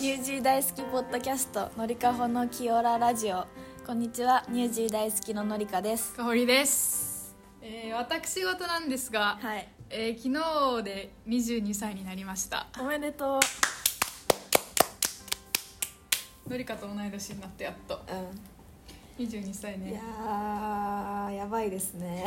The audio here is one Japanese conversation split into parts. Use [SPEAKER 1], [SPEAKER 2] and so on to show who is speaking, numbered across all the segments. [SPEAKER 1] ニュージー大好きポッドキャストのりかほのキオララジオこんにちはニュージー大好きののりかです
[SPEAKER 2] かほりです、えー、私事なんですが、
[SPEAKER 1] はい
[SPEAKER 2] えー昨日で22歳になりました
[SPEAKER 1] おめでとう
[SPEAKER 2] のりかと同い年になってやっと22歳
[SPEAKER 1] うんいや
[SPEAKER 2] ね
[SPEAKER 1] ーやばいですね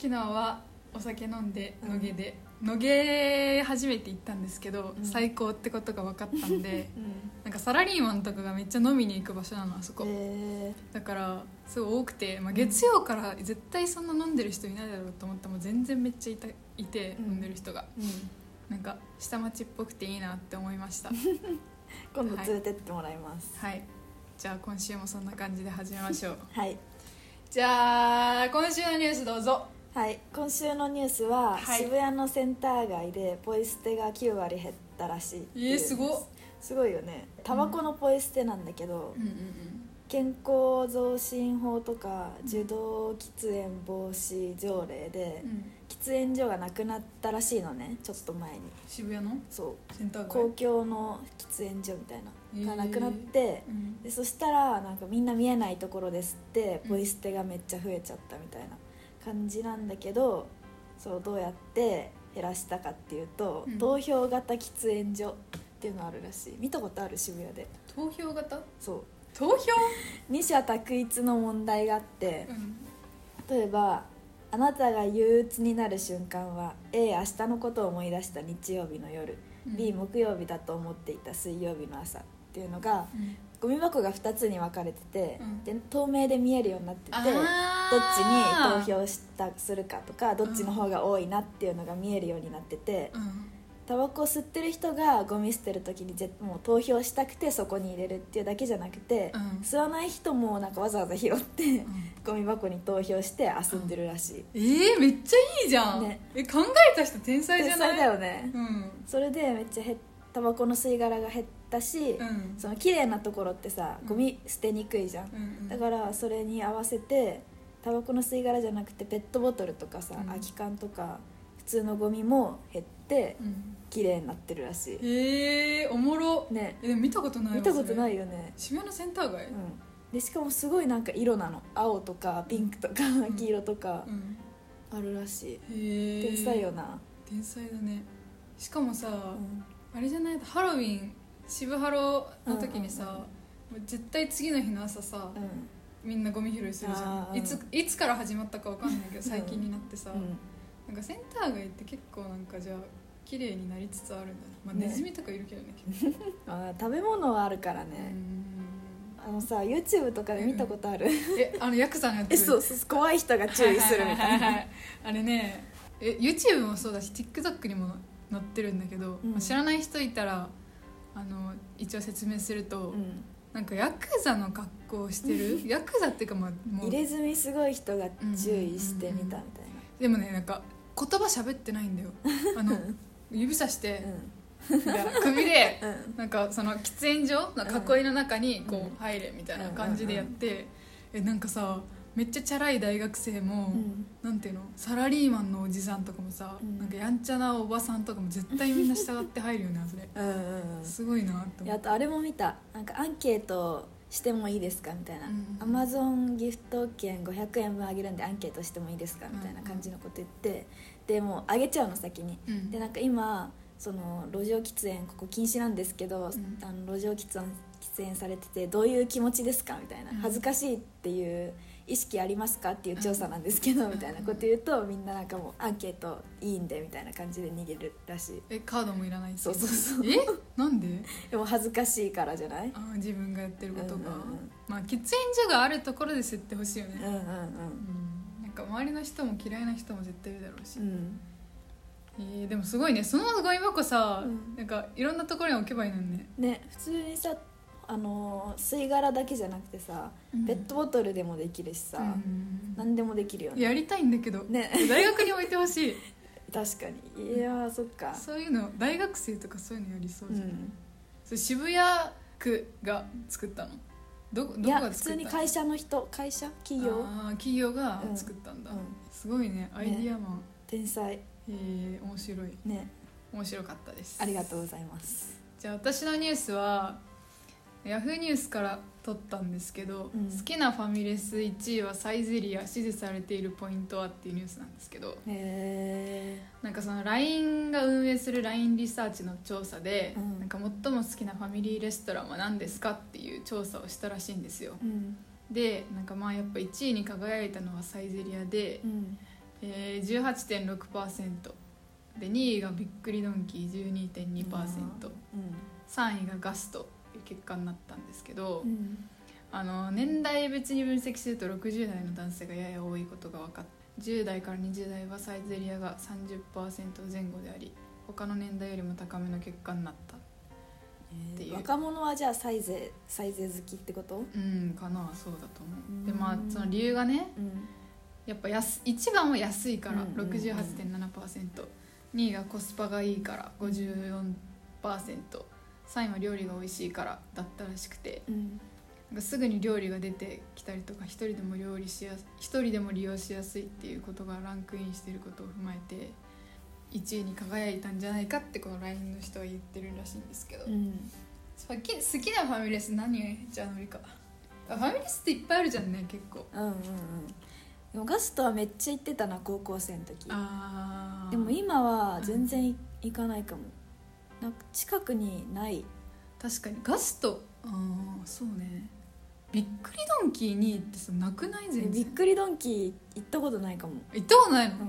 [SPEAKER 2] 昨日はお酒飲んで
[SPEAKER 1] うん
[SPEAKER 2] 野毛で、野毛初めて行ったんですけど、
[SPEAKER 1] うん
[SPEAKER 2] 最高ってことが分かった んで
[SPEAKER 1] うん
[SPEAKER 2] なんかサラリーマンとかがめっちゃ飲みに行く場所なのあそこ、
[SPEAKER 1] え
[SPEAKER 2] だからすごい多くて、まあ、月曜から絶対そんな飲んでる人いないだろうと思ったらもう全然めっちゃいたいて
[SPEAKER 1] うん
[SPEAKER 2] 飲んでる人が、
[SPEAKER 1] ーうん、
[SPEAKER 2] なんか下町っぽくていいなって思いました
[SPEAKER 1] 今度連れてってもらいます
[SPEAKER 2] はいじゃあ今週もそんな感じで始めましょう
[SPEAKER 1] はい
[SPEAKER 2] じゃあ今週のニュースどうぞ
[SPEAKER 1] はい、今週のニュースは、
[SPEAKER 2] はい
[SPEAKER 1] 渋谷のセンター街でポイ捨てが9割減ったらしいっていう
[SPEAKER 2] えー、すごっ
[SPEAKER 1] すごいよねタバコのポイ捨てなんだけど、
[SPEAKER 2] うんうんうん
[SPEAKER 1] 健康増進法とか受動喫煙防止条例で、
[SPEAKER 2] うん
[SPEAKER 1] 喫煙所がなくなったらしいのねちょっと前に
[SPEAKER 2] 渋谷の
[SPEAKER 1] そ
[SPEAKER 2] センター
[SPEAKER 1] う
[SPEAKER 2] 街
[SPEAKER 1] 公共の喫煙所みたい
[SPEAKER 2] へー
[SPEAKER 1] ながなくなって、
[SPEAKER 2] うん
[SPEAKER 1] でそしたらなんかみんな見えないところですってポイ捨てがめっちゃ増えちゃったみたいな感じなんだけどそうどうやって減らしたかっていうと、
[SPEAKER 2] うん
[SPEAKER 1] 投票型喫煙所っていうのあるらしい見たことある渋谷で
[SPEAKER 2] 投票型
[SPEAKER 1] そう
[SPEAKER 2] 投票、
[SPEAKER 1] 二者択一の問題があって
[SPEAKER 2] うん、
[SPEAKER 1] 例えば「あなたが憂鬱になる瞬間は A 明日のことを思い出した日曜日の夜、B 木曜日だと思っていた水曜日の朝」っていうのが
[SPEAKER 2] うん
[SPEAKER 1] ゴミ箱が2つに分かれてて、
[SPEAKER 2] うん
[SPEAKER 1] で透明で見えるようになってて
[SPEAKER 2] あ
[SPEAKER 1] どっち
[SPEAKER 2] ー
[SPEAKER 1] に投票したするかとかどっちの方が多いなっていうのが見えるようになってて
[SPEAKER 2] うん
[SPEAKER 1] タバコ吸ってる人がゴミ捨てる時にぜもう投票したくてそこに入れるっていうだけじゃなくて、
[SPEAKER 2] うん
[SPEAKER 1] 吸わない人もなんかわざわざ拾って、
[SPEAKER 2] うん
[SPEAKER 1] ゴミ箱に投票して遊んでるらしい、
[SPEAKER 2] えー、めっちゃいいじゃん、
[SPEAKER 1] ね
[SPEAKER 2] え考えた人天才じ
[SPEAKER 1] 天
[SPEAKER 2] ゃない
[SPEAKER 1] 才だよね、
[SPEAKER 2] うん
[SPEAKER 1] それでめっちゃ減っタバコの吸い殻が減ったし、
[SPEAKER 2] うん
[SPEAKER 1] その綺麗なところってさ
[SPEAKER 2] うん
[SPEAKER 1] ゴミ捨てにくいじゃん、
[SPEAKER 2] うんうん
[SPEAKER 1] だからそれに合わせてタバコの吸い殻じゃなくてペットボトルとかさ、
[SPEAKER 2] うん
[SPEAKER 1] 空き缶とか普通のゴミも減って
[SPEAKER 2] うん
[SPEAKER 1] 綺麗になってるらしい、
[SPEAKER 2] えー、おもろ、
[SPEAKER 1] ね
[SPEAKER 2] えでも見たことないわ
[SPEAKER 1] 見たことな
[SPEAKER 2] そ
[SPEAKER 1] い
[SPEAKER 2] れ
[SPEAKER 1] よね
[SPEAKER 2] 渋谷のセンター街
[SPEAKER 1] うんでしかもすごいなんか色なの青とかピンクとか、
[SPEAKER 2] ん
[SPEAKER 1] 黄色とか
[SPEAKER 2] うん
[SPEAKER 1] あるらしい、
[SPEAKER 2] へえ
[SPEAKER 1] 天才よな、
[SPEAKER 2] 天才だねしかもさ、
[SPEAKER 1] うん
[SPEAKER 2] あれじゃないハロウィン渋ハロの時にさ、
[SPEAKER 1] うんうんうん
[SPEAKER 2] もう絶対次の日の朝さ、
[SPEAKER 1] うん
[SPEAKER 2] みんなゴミ拾いするじゃ
[SPEAKER 1] あー
[SPEAKER 2] んいついつから始まったかわかんないけど最近になってさ、
[SPEAKER 1] うん
[SPEAKER 2] なんかセンター街って結構なんかじゃあ綺麗になりつつあるんだね、まあ、
[SPEAKER 1] ね
[SPEAKER 2] ネズミとかいるけどね結
[SPEAKER 1] あー食べ物はあるから
[SPEAKER 2] 構
[SPEAKER 1] ね、あのさ YouTube とかで見たことある、
[SPEAKER 2] うんえあのヤクザのやつ
[SPEAKER 1] えそうそう怖い人が注意するみたい
[SPEAKER 2] ははは
[SPEAKER 1] な
[SPEAKER 2] はあれねえ YouTube もそうだし TikTok にも載ってるんだけど、
[SPEAKER 1] うん
[SPEAKER 2] まあ知らない人いたらあの一応説明すると、
[SPEAKER 1] うん
[SPEAKER 2] なんかヤクザの格好をし てるヤクザっていうかまあもう
[SPEAKER 1] 入れ墨すごい人が注意してみたみたい
[SPEAKER 2] でもねなんか言葉喋ってないん だよあの指さして
[SPEAKER 1] な、
[SPEAKER 2] みたいな首で
[SPEAKER 1] うんうん
[SPEAKER 2] なんかその喫煙所の囲いの中にこ
[SPEAKER 1] うん
[SPEAKER 2] う入れみたいな感じでやって、えなんかさめっちゃチャラい大学生も、
[SPEAKER 1] うん
[SPEAKER 2] なんていうのサラリーマンのおじさんとかもさ、
[SPEAKER 1] うん
[SPEAKER 2] なんかやんちゃなおばさんとかも絶対みんな従って入る よねあれ
[SPEAKER 1] うんうん
[SPEAKER 2] すごいなって
[SPEAKER 1] うんい
[SPEAKER 2] 思
[SPEAKER 1] や
[SPEAKER 2] っ
[SPEAKER 1] あ
[SPEAKER 2] て
[SPEAKER 1] とあれも見たなんかアンケートしてもいいですかみたいな
[SPEAKER 2] うん
[SPEAKER 1] アマゾンギフト券500円分あげるんでアンケートしてもいいですかみたいな感じのこと言ってでもうあげちゃうの先に
[SPEAKER 2] うん
[SPEAKER 1] でなんか今その路上喫煙ここ禁止なんですけど、
[SPEAKER 2] ん
[SPEAKER 1] あの路上喫煙喫煙されててどういう気持ちですかみたいな
[SPEAKER 2] うん
[SPEAKER 1] 恥ずかしいっていう意識ありますかっていう調査なんですけど、みたいなこと言うとみんななんかもうアンケートいいんでみたいな感じで逃げるらしい
[SPEAKER 2] えカードもいらないって
[SPEAKER 1] そうそうそう
[SPEAKER 2] えなんで
[SPEAKER 1] でも恥ずかしいからじゃない
[SPEAKER 2] あ自分がやってることが、
[SPEAKER 1] うんうんうん
[SPEAKER 2] まあ喫煙所があるところで吸ってほしいよ
[SPEAKER 1] うん
[SPEAKER 2] ね、
[SPEAKER 1] うん
[SPEAKER 2] うんなんか周りの人も嫌いな人も絶対いるだろうし
[SPEAKER 1] うんう、ん
[SPEAKER 2] えーでもすごいねそのゴミ箱さ、
[SPEAKER 1] うん
[SPEAKER 2] なんかいろんなところに置けばいいのにね
[SPEAKER 1] ね普通にさあのー吸い殻だけじゃなくてさ、
[SPEAKER 2] うん
[SPEAKER 1] ペットボトルでもできるしさ、
[SPEAKER 2] うん
[SPEAKER 1] 何でもできるよね
[SPEAKER 2] やりたいんだけど、
[SPEAKER 1] ね
[SPEAKER 2] 大学に置いて ほしい
[SPEAKER 1] 確かにいやーそっか
[SPEAKER 2] そういうの大学生とかそういうのやりそう
[SPEAKER 1] う
[SPEAKER 2] じゃない、
[SPEAKER 1] ん
[SPEAKER 2] それ渋谷区が作ったのどこど
[SPEAKER 1] い
[SPEAKER 2] こ
[SPEAKER 1] や
[SPEAKER 2] が
[SPEAKER 1] 普
[SPEAKER 2] 作
[SPEAKER 1] 通
[SPEAKER 2] ったの
[SPEAKER 1] に会社の人会社企業
[SPEAKER 2] あー企業が作ったんだ、
[SPEAKER 1] うん
[SPEAKER 2] すごいねアイディアマン、
[SPEAKER 1] 天才
[SPEAKER 2] えー面白い
[SPEAKER 1] ね
[SPEAKER 2] 面白かったです
[SPEAKER 1] ありがとうございます
[SPEAKER 2] じゃあ私のニュースはヤフーニュースから取ったんですけど、
[SPEAKER 1] うん
[SPEAKER 2] 好きなファミレス1位はサイゼリア支持されているポイントはっていうニュースなんですけど
[SPEAKER 1] へ
[SPEAKER 2] なんかその LINE が運営する LINE リサーチの調査で、
[SPEAKER 1] うん
[SPEAKER 2] なんか最も好きなファミリーレストランは何ですかっていう調査をしたらしいんですよ
[SPEAKER 1] えうん
[SPEAKER 2] でなんかまあやっぱ1位に輝いたのはサイゼリアで
[SPEAKER 1] う、ん
[SPEAKER 2] えー、18.6%で2位がびっくりドンキー12.2%、3位がガストっていう結果になったんですけど、
[SPEAKER 1] うんうん
[SPEAKER 2] あの年代別に分析すると60代の男性がやや多いことが分かって10代から20代はサイゼリアが30%前後であり他の年代よりも高めの結果になったっていう
[SPEAKER 1] 若者はじゃあサイゼサイゼ好きってこと
[SPEAKER 2] うんかなそうだと思
[SPEAKER 1] う
[SPEAKER 2] う、
[SPEAKER 1] ん
[SPEAKER 2] でまあその理由がね
[SPEAKER 1] うん
[SPEAKER 2] やっぱ安一番は安いから
[SPEAKER 1] うんうんうん
[SPEAKER 2] 68.7%、2位がコスパがいいから54%、3位は料理が美味しいからだったらしくて
[SPEAKER 1] うん
[SPEAKER 2] なんかすぐに料理が出てきたりとか一人でも料理しやす一人でも利用しやすいっていうことがランクインしていることを踏まえて1位に輝いたんじゃないかってこの LINE の人は言ってるらしいんですけど、
[SPEAKER 1] うん
[SPEAKER 2] さっき好きなファミレス何じゃあのりかあファミレスっていっぱいあるじゃんね結構
[SPEAKER 1] うんうんでもガストはめっちゃ行ってたな高校生の時
[SPEAKER 2] あー
[SPEAKER 1] でも今は全然い行かないかもなんか近くにない
[SPEAKER 2] 確かにガストああそうねびっくりドンキー2位ってさなくない全
[SPEAKER 1] びっ
[SPEAKER 2] 然
[SPEAKER 1] くりドンキー行ったことないかも
[SPEAKER 2] 行ったことないの、
[SPEAKER 1] うん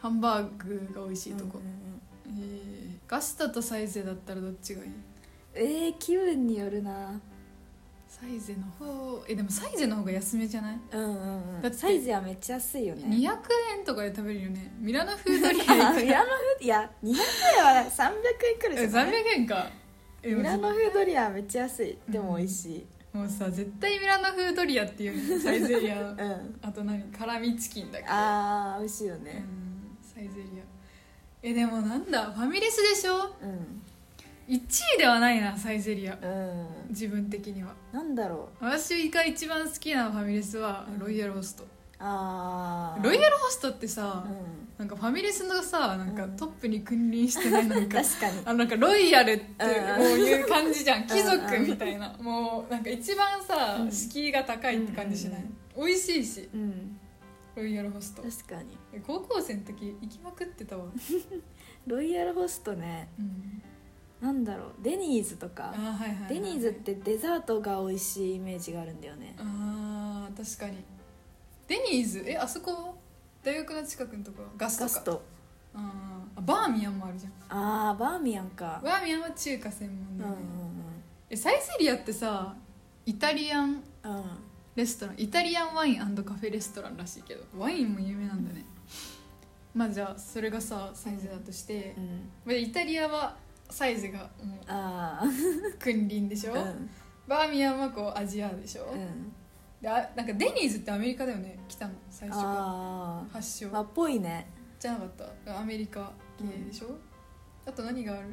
[SPEAKER 2] ハンバーグが美味しいとこ、
[SPEAKER 1] うんうんうん
[SPEAKER 2] えーガストとサイゼだったらどっちがいい
[SPEAKER 1] えー、気分によるな
[SPEAKER 2] サイゼの方えでもサイゼの方が安めじゃない、
[SPEAKER 1] うんうん
[SPEAKER 2] だ
[SPEAKER 1] う
[SPEAKER 2] っ
[SPEAKER 1] ん
[SPEAKER 2] て
[SPEAKER 1] サイズはめっちゃ安いよね
[SPEAKER 2] 200円とかで食べるよねミラノフ ードリア
[SPEAKER 1] あミラノフードいや200円は300円くらいじ
[SPEAKER 2] え
[SPEAKER 1] ゃない
[SPEAKER 2] 300円かえでも
[SPEAKER 1] ミラノフードリアめっちゃ安いでも美味しい
[SPEAKER 2] もうさ絶対ミラノフードリアっていうよねサイゼリア
[SPEAKER 1] うん
[SPEAKER 2] あと何辛味チキンだっけ
[SPEAKER 1] あー美味しいよ
[SPEAKER 2] う
[SPEAKER 1] ね
[SPEAKER 2] んサイゼリアえでもなんだファミレスでしょ
[SPEAKER 1] うん
[SPEAKER 2] 1位ではないなサイゼリア
[SPEAKER 1] うん
[SPEAKER 2] 自分的には
[SPEAKER 1] なんだろう
[SPEAKER 2] 私が一番好きなファミレスはロイヤルホスト
[SPEAKER 1] あー
[SPEAKER 2] ロイヤルホストってさ、
[SPEAKER 1] うん
[SPEAKER 2] なんかファミレスのさなんか
[SPEAKER 1] うん
[SPEAKER 2] トップに君臨してないなんか
[SPEAKER 1] 確かに
[SPEAKER 2] あのなんかロイヤルってこう
[SPEAKER 1] うん
[SPEAKER 2] いう感じじゃん貴族
[SPEAKER 1] うん
[SPEAKER 2] みたいなもうなんか一番さ、
[SPEAKER 1] うん
[SPEAKER 2] 敷居が高いって感じしない、美味しいし
[SPEAKER 1] うん
[SPEAKER 2] ロイヤルホスト
[SPEAKER 1] 確かに
[SPEAKER 2] 高校生の時行きまくってたわ、
[SPEAKER 1] ロイヤルホストねなんだろうデニーズと
[SPEAKER 2] あ
[SPEAKER 1] か
[SPEAKER 2] ーはいはいはい
[SPEAKER 1] デニーズってデザートが美味しいイメージがあるんだよね
[SPEAKER 2] あー確かにデニーズえあそこ大学の近くのところガスト
[SPEAKER 1] ガ
[SPEAKER 2] か
[SPEAKER 1] スト
[SPEAKER 2] あーあバーミヤンもあるじゃん
[SPEAKER 1] ああバーミヤンか
[SPEAKER 2] バーミヤンは中華専門
[SPEAKER 1] うん
[SPEAKER 2] だ
[SPEAKER 1] うん
[SPEAKER 2] よね、えサイゼリアってさイタリアン
[SPEAKER 1] うんうん
[SPEAKER 2] レストランイタリアンワインカフェレストランらしいけどワインも有名なんだねまあじゃあそれがさサイズだとして
[SPEAKER 1] う、ん
[SPEAKER 2] まあイタリアはサイズがも
[SPEAKER 1] ああ
[SPEAKER 2] う君臨でしょ、
[SPEAKER 1] うん
[SPEAKER 2] バーミヤンはこうアジアでしょ、
[SPEAKER 1] うん
[SPEAKER 2] であなんかデニーズってアメリカだよね来たの最初が
[SPEAKER 1] ああ
[SPEAKER 2] 発祥
[SPEAKER 1] まあっぽいね
[SPEAKER 2] じゃなかったアメリカ系でしょ、あと何がある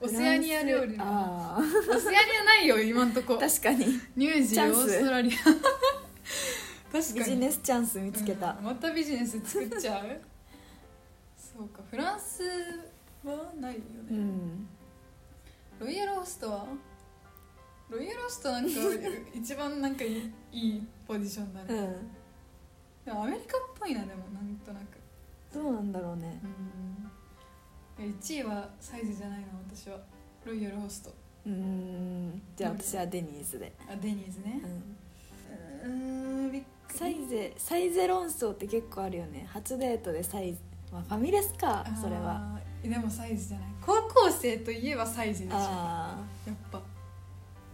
[SPEAKER 2] オセアニア料理
[SPEAKER 1] フランス
[SPEAKER 2] の
[SPEAKER 1] ああ
[SPEAKER 2] オセアニアないよ今んと こ
[SPEAKER 1] 確かに
[SPEAKER 2] ニュージ
[SPEAKER 1] チャ
[SPEAKER 2] ー
[SPEAKER 1] ン
[SPEAKER 2] オ
[SPEAKER 1] ス
[SPEAKER 2] ーストラリア 確
[SPEAKER 1] ビ
[SPEAKER 2] か
[SPEAKER 1] ジ
[SPEAKER 2] に
[SPEAKER 1] ネスチャンス見つけた
[SPEAKER 2] うんまたビジネス作っちゃう そうかフランスはないよ
[SPEAKER 1] う
[SPEAKER 2] ね、
[SPEAKER 1] ん
[SPEAKER 2] ロイヤルホストはロイヤルホストなんか一番なんかい いいいポジションだ
[SPEAKER 1] う
[SPEAKER 2] ね、
[SPEAKER 1] ん
[SPEAKER 2] でもアメリカっぽいなでもなんとなく
[SPEAKER 1] どうなんだろうね
[SPEAKER 2] うん1位はサイズじゃないな私はロイヤルホスト
[SPEAKER 1] うんじゃあ私はデニーズで
[SPEAKER 2] あデニーズね
[SPEAKER 1] うん
[SPEAKER 2] うんびっくり
[SPEAKER 1] サイゼサイゼ論争って結構あるよね初デートでサイズ、まあ、ファミレスかそれは
[SPEAKER 2] あーでもサイズじゃない高校生といえばサイズでしょやっ
[SPEAKER 1] ああ
[SPEAKER 2] ぱ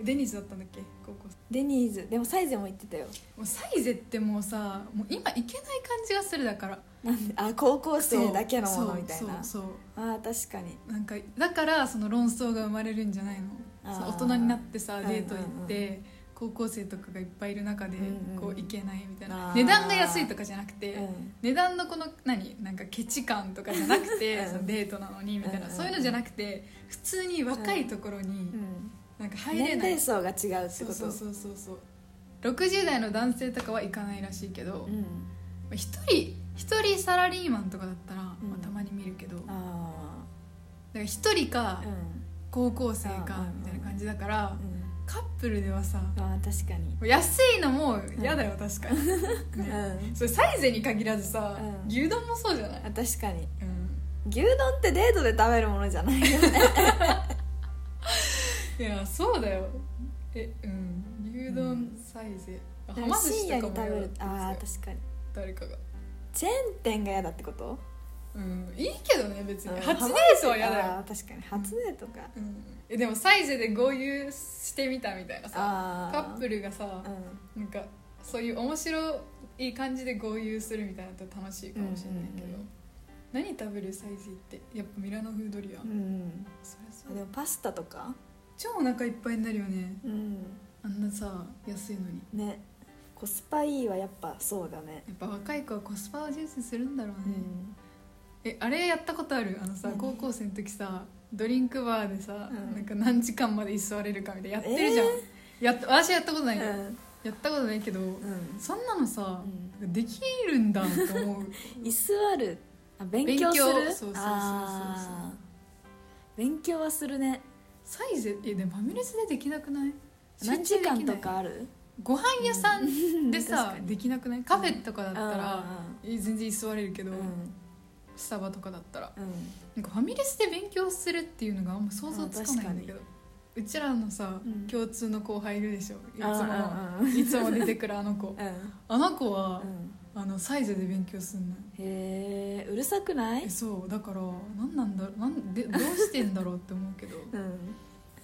[SPEAKER 2] デニーズだったんだっけ高校生
[SPEAKER 1] デニーズでもサイゼも行ってたよ
[SPEAKER 2] もうサイゼってもうさもう今いけない感じがするだから
[SPEAKER 1] なんであ高校生だけのものみたいな
[SPEAKER 2] そうそう
[SPEAKER 1] ああ確かに
[SPEAKER 2] そうなんかだからその論争が生まれるんじゃないの
[SPEAKER 1] あー
[SPEAKER 2] そう大人になってさ
[SPEAKER 1] うん
[SPEAKER 2] デート行って高校生とかがいっぱいいる中で
[SPEAKER 1] うんうん
[SPEAKER 2] こう行けないみた
[SPEAKER 1] あ
[SPEAKER 2] いな
[SPEAKER 1] ー
[SPEAKER 2] 値段が安いとかじゃなくて、
[SPEAKER 1] うん
[SPEAKER 2] 値段のこの何なんかケチ感とかじゃなくて、
[SPEAKER 1] うん
[SPEAKER 2] そのデートなのにみたいな、
[SPEAKER 1] うん
[SPEAKER 2] そういうのじゃなくて普通に若いところに
[SPEAKER 1] うん
[SPEAKER 2] なんか入れ
[SPEAKER 1] 年
[SPEAKER 2] ない、
[SPEAKER 1] 齢層が違うって
[SPEAKER 2] そう
[SPEAKER 1] こと
[SPEAKER 2] そうそうそうそう60代の男性とかは行かないらしいけど
[SPEAKER 1] うん
[SPEAKER 2] まあ一人一人サラリーマンとかだったら、
[SPEAKER 1] うん
[SPEAKER 2] まあ、たまに見るけど
[SPEAKER 1] あ
[SPEAKER 2] から一人か
[SPEAKER 1] うん
[SPEAKER 2] 高校生
[SPEAKER 1] うんうん
[SPEAKER 2] か
[SPEAKER 1] うん
[SPEAKER 2] みたいな感じだから
[SPEAKER 1] うん
[SPEAKER 2] カップルではさ
[SPEAKER 1] あー確かに
[SPEAKER 2] 安いのも嫌だよ確 かに、
[SPEAKER 1] う
[SPEAKER 2] ね
[SPEAKER 1] ん
[SPEAKER 2] それサイゼに限らずさ、
[SPEAKER 1] うん
[SPEAKER 2] 牛丼もそうじゃない
[SPEAKER 1] あ、確かに
[SPEAKER 2] うん、
[SPEAKER 1] 牛丼ってデートで食べるものじゃ ないよね
[SPEAKER 2] いやそうだよえうん牛
[SPEAKER 1] う
[SPEAKER 2] 丼
[SPEAKER 1] ん
[SPEAKER 2] サイゼ、はま寿
[SPEAKER 1] 深
[SPEAKER 2] 司
[SPEAKER 1] 夜に
[SPEAKER 2] と
[SPEAKER 1] 食
[SPEAKER 2] か
[SPEAKER 1] べ
[SPEAKER 2] も
[SPEAKER 1] るあ
[SPEAKER 2] や
[SPEAKER 1] あ
[SPEAKER 2] ってたよ
[SPEAKER 1] 確かに
[SPEAKER 2] 誰かが
[SPEAKER 1] チェーン店が嫌だってこと
[SPEAKER 2] うんいいけどね別
[SPEAKER 1] う
[SPEAKER 2] に
[SPEAKER 1] ん
[SPEAKER 2] 初デートは嫌だよ
[SPEAKER 1] あー確かに初デートか
[SPEAKER 2] うんえでもサイゼで豪遊してみたみたいなさ
[SPEAKER 1] あ
[SPEAKER 2] カップ
[SPEAKER 1] ル
[SPEAKER 2] ルがさ
[SPEAKER 1] う
[SPEAKER 2] なんかそういう面白い感じで豪遊するみたいなのって楽しいかもしれないけど、
[SPEAKER 1] うんうんうん
[SPEAKER 2] 何食べるサイズってやっぱミラノ風ドリア、
[SPEAKER 1] ん、うん、
[SPEAKER 2] そりゃそう
[SPEAKER 1] でもパスタとか
[SPEAKER 2] 超お腹いっぱいになるよね
[SPEAKER 1] うん
[SPEAKER 2] あんなさ安いのに
[SPEAKER 1] ねコスパいいはやっぱそうだね
[SPEAKER 2] やっぱ若い子はコスパを重視するんだろうね、
[SPEAKER 1] うん
[SPEAKER 2] えあれやったことあるあのさ
[SPEAKER 1] 何
[SPEAKER 2] 高校生の時さドリンクバーでさ、
[SPEAKER 1] うん
[SPEAKER 2] なんか何時間まで居座れるかみたいなやってるじゃん、やっ私やったことないよ、やったことないけど、
[SPEAKER 1] うん
[SPEAKER 2] そんなのさ、
[SPEAKER 1] う
[SPEAKER 2] できるんだと思 う
[SPEAKER 1] 居座るあ勉強する
[SPEAKER 2] 勉強そうそうそうそうそう
[SPEAKER 1] あー勉強はするね
[SPEAKER 2] サイズえでもファミレスでできなくない
[SPEAKER 1] 何時間と
[SPEAKER 2] 集中できない
[SPEAKER 1] かある
[SPEAKER 2] ご飯屋さんで
[SPEAKER 1] 確
[SPEAKER 2] さ
[SPEAKER 1] かに
[SPEAKER 2] できなくないカフェとかだったら、
[SPEAKER 1] う
[SPEAKER 2] え全然居座れるけど、
[SPEAKER 1] んうん
[SPEAKER 2] スタバとかだったら
[SPEAKER 1] うん
[SPEAKER 2] なんかファミレスで勉強するっていうのがあんま想像つかないんだけどうちらのさ、
[SPEAKER 1] うん
[SPEAKER 2] 共通の後輩いるでしょいつ
[SPEAKER 1] うん
[SPEAKER 2] もの
[SPEAKER 1] うん
[SPEAKER 2] いつも出てくるあの子
[SPEAKER 1] うん
[SPEAKER 2] あの子は
[SPEAKER 1] う、ん
[SPEAKER 2] あのサイズで勉強すんのよ
[SPEAKER 1] へえうるさくない
[SPEAKER 2] えそうだから何なんだろうなんでどうしてんだろうって思う けど
[SPEAKER 1] うん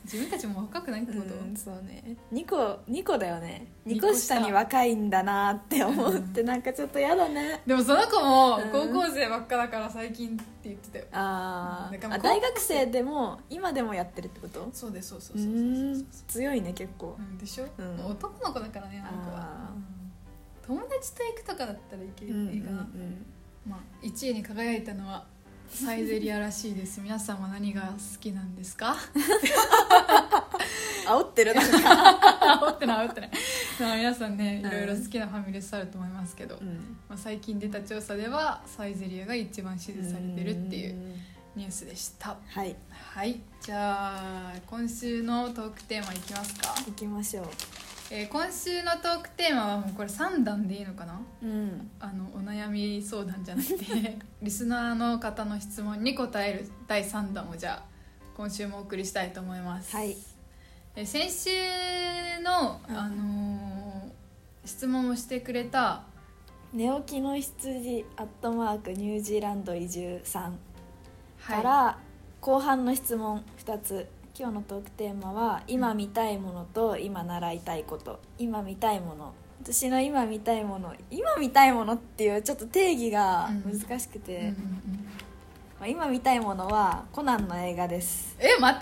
[SPEAKER 2] 自分たちも若くないってこと、
[SPEAKER 1] うんそうね2個二個だよね
[SPEAKER 2] 二
[SPEAKER 1] 2
[SPEAKER 2] 個
[SPEAKER 1] 個
[SPEAKER 2] 下
[SPEAKER 1] 下に若いんだなって思うって
[SPEAKER 2] う
[SPEAKER 1] なんかちょっと嫌だね
[SPEAKER 2] でもその子も
[SPEAKER 1] うん
[SPEAKER 2] 高校生ばっかだから最近って言ってたよ、
[SPEAKER 1] あ
[SPEAKER 2] なんか
[SPEAKER 1] ー
[SPEAKER 2] も
[SPEAKER 1] あ
[SPEAKER 2] う
[SPEAKER 1] 大学生でも今でもやってるってこと
[SPEAKER 2] そうですそうそう
[SPEAKER 1] う
[SPEAKER 2] そうそう
[SPEAKER 1] ー
[SPEAKER 2] そ
[SPEAKER 1] ん強いね結構
[SPEAKER 2] ううんでしょ、
[SPEAKER 1] うん
[SPEAKER 2] 男の子だからねあの子は
[SPEAKER 1] あ
[SPEAKER 2] うん友達と行くとかだったらいけ、いいかな、まあ、1位に輝いたのはサイゼリアらしい です皆さんは何が好きなんですか
[SPEAKER 1] 煽ってるなんか、
[SPEAKER 2] 煽ってない煽ってないまあ皆さんねい
[SPEAKER 1] うん
[SPEAKER 2] ろいろ好きなファミレスあると思いますけど、まあ、最近出た調査ではサイゼリアが一番支持されてるっていうニュースでした
[SPEAKER 1] はい
[SPEAKER 2] はいじゃあ今週のトークテーマいきますか、
[SPEAKER 1] 行きましょ
[SPEAKER 2] えー今週のトークテーマはもうこれ3段でいいのかな
[SPEAKER 1] ううん
[SPEAKER 2] あのお悩み相談じゃなくて リスナーの方の質問に答える第3弾をじゃあ今週もお送りしたいと思います、
[SPEAKER 1] はい
[SPEAKER 2] え先週の、
[SPEAKER 1] うん
[SPEAKER 2] あのー質問をしてくれた
[SPEAKER 1] 寝起きの羊アットマークニュージーランド移住さんから、
[SPEAKER 2] は
[SPEAKER 1] 後半の質問2つ今日のトークテーマは「今見たいものと今習いたいこと」「今見たいもの」私の今見たいもの今見たいものっていうちょっと定義が難しく
[SPEAKER 2] い
[SPEAKER 1] て、
[SPEAKER 2] うんうんうん
[SPEAKER 1] まあ、今見たいものはコナンの映画です
[SPEAKER 2] えまた